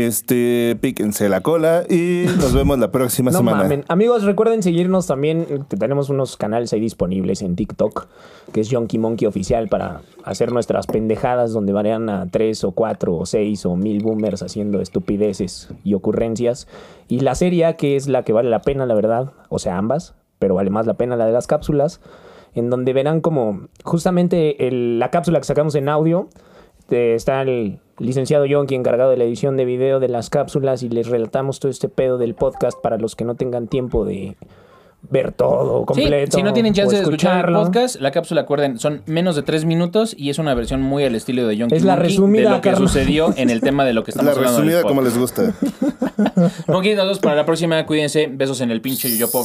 S2: este, píquense la cola y nos vemos la próxima
S3: No
S2: semana.
S3: mamen. Amigos, recuerden seguirnos también. eh, que Tenemos unos canales ahí disponibles en TikTok, que es Yonky Monkey Oficial, para hacer nuestras pendejadas donde varían a tres o cuatro o seis o mil boomers haciendo estupideces y ocurrencias. Y la serie A, que es la que vale la pena, la verdad. O sea, ambas, pero vale más la pena la de las cápsulas. En donde verán como justamente el- la cápsula que sacamos en audio. Este, está el licenciado Yonki encargado de la edición de video de las cápsulas y les relatamos todo este pedo del podcast para los que no tengan tiempo de ver todo
S1: Sí,
S3: completo.
S1: si no tienen chance
S3: o
S1: de escuchar el
S3: escucharlo.
S1: podcast, la cápsula, acuerden, son menos de tres minutos y es una versión muy al estilo de John
S3: Es la resumida,
S1: de lo que
S3: carnal.
S1: sucedió en el tema de lo que
S2: La
S1: estamos hablando. en el
S2: resumida como les
S1: podcast.
S2: gusta.
S1: Monkeys, nos vemos para la próxima. Cuídense. Besos en el pinche yoyopo.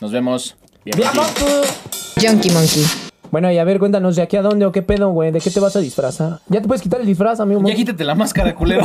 S1: Nos vemos. Bien, Monkeys.
S6: Junkie Monkey.
S3: Bueno, y a ver, cuéntanos de aquí a dónde o qué pedo, güey. ¿De qué te vas a disfrazar? Ya te puedes quitar el disfraz, amigo.
S1: Ya quítate la máscara, culero.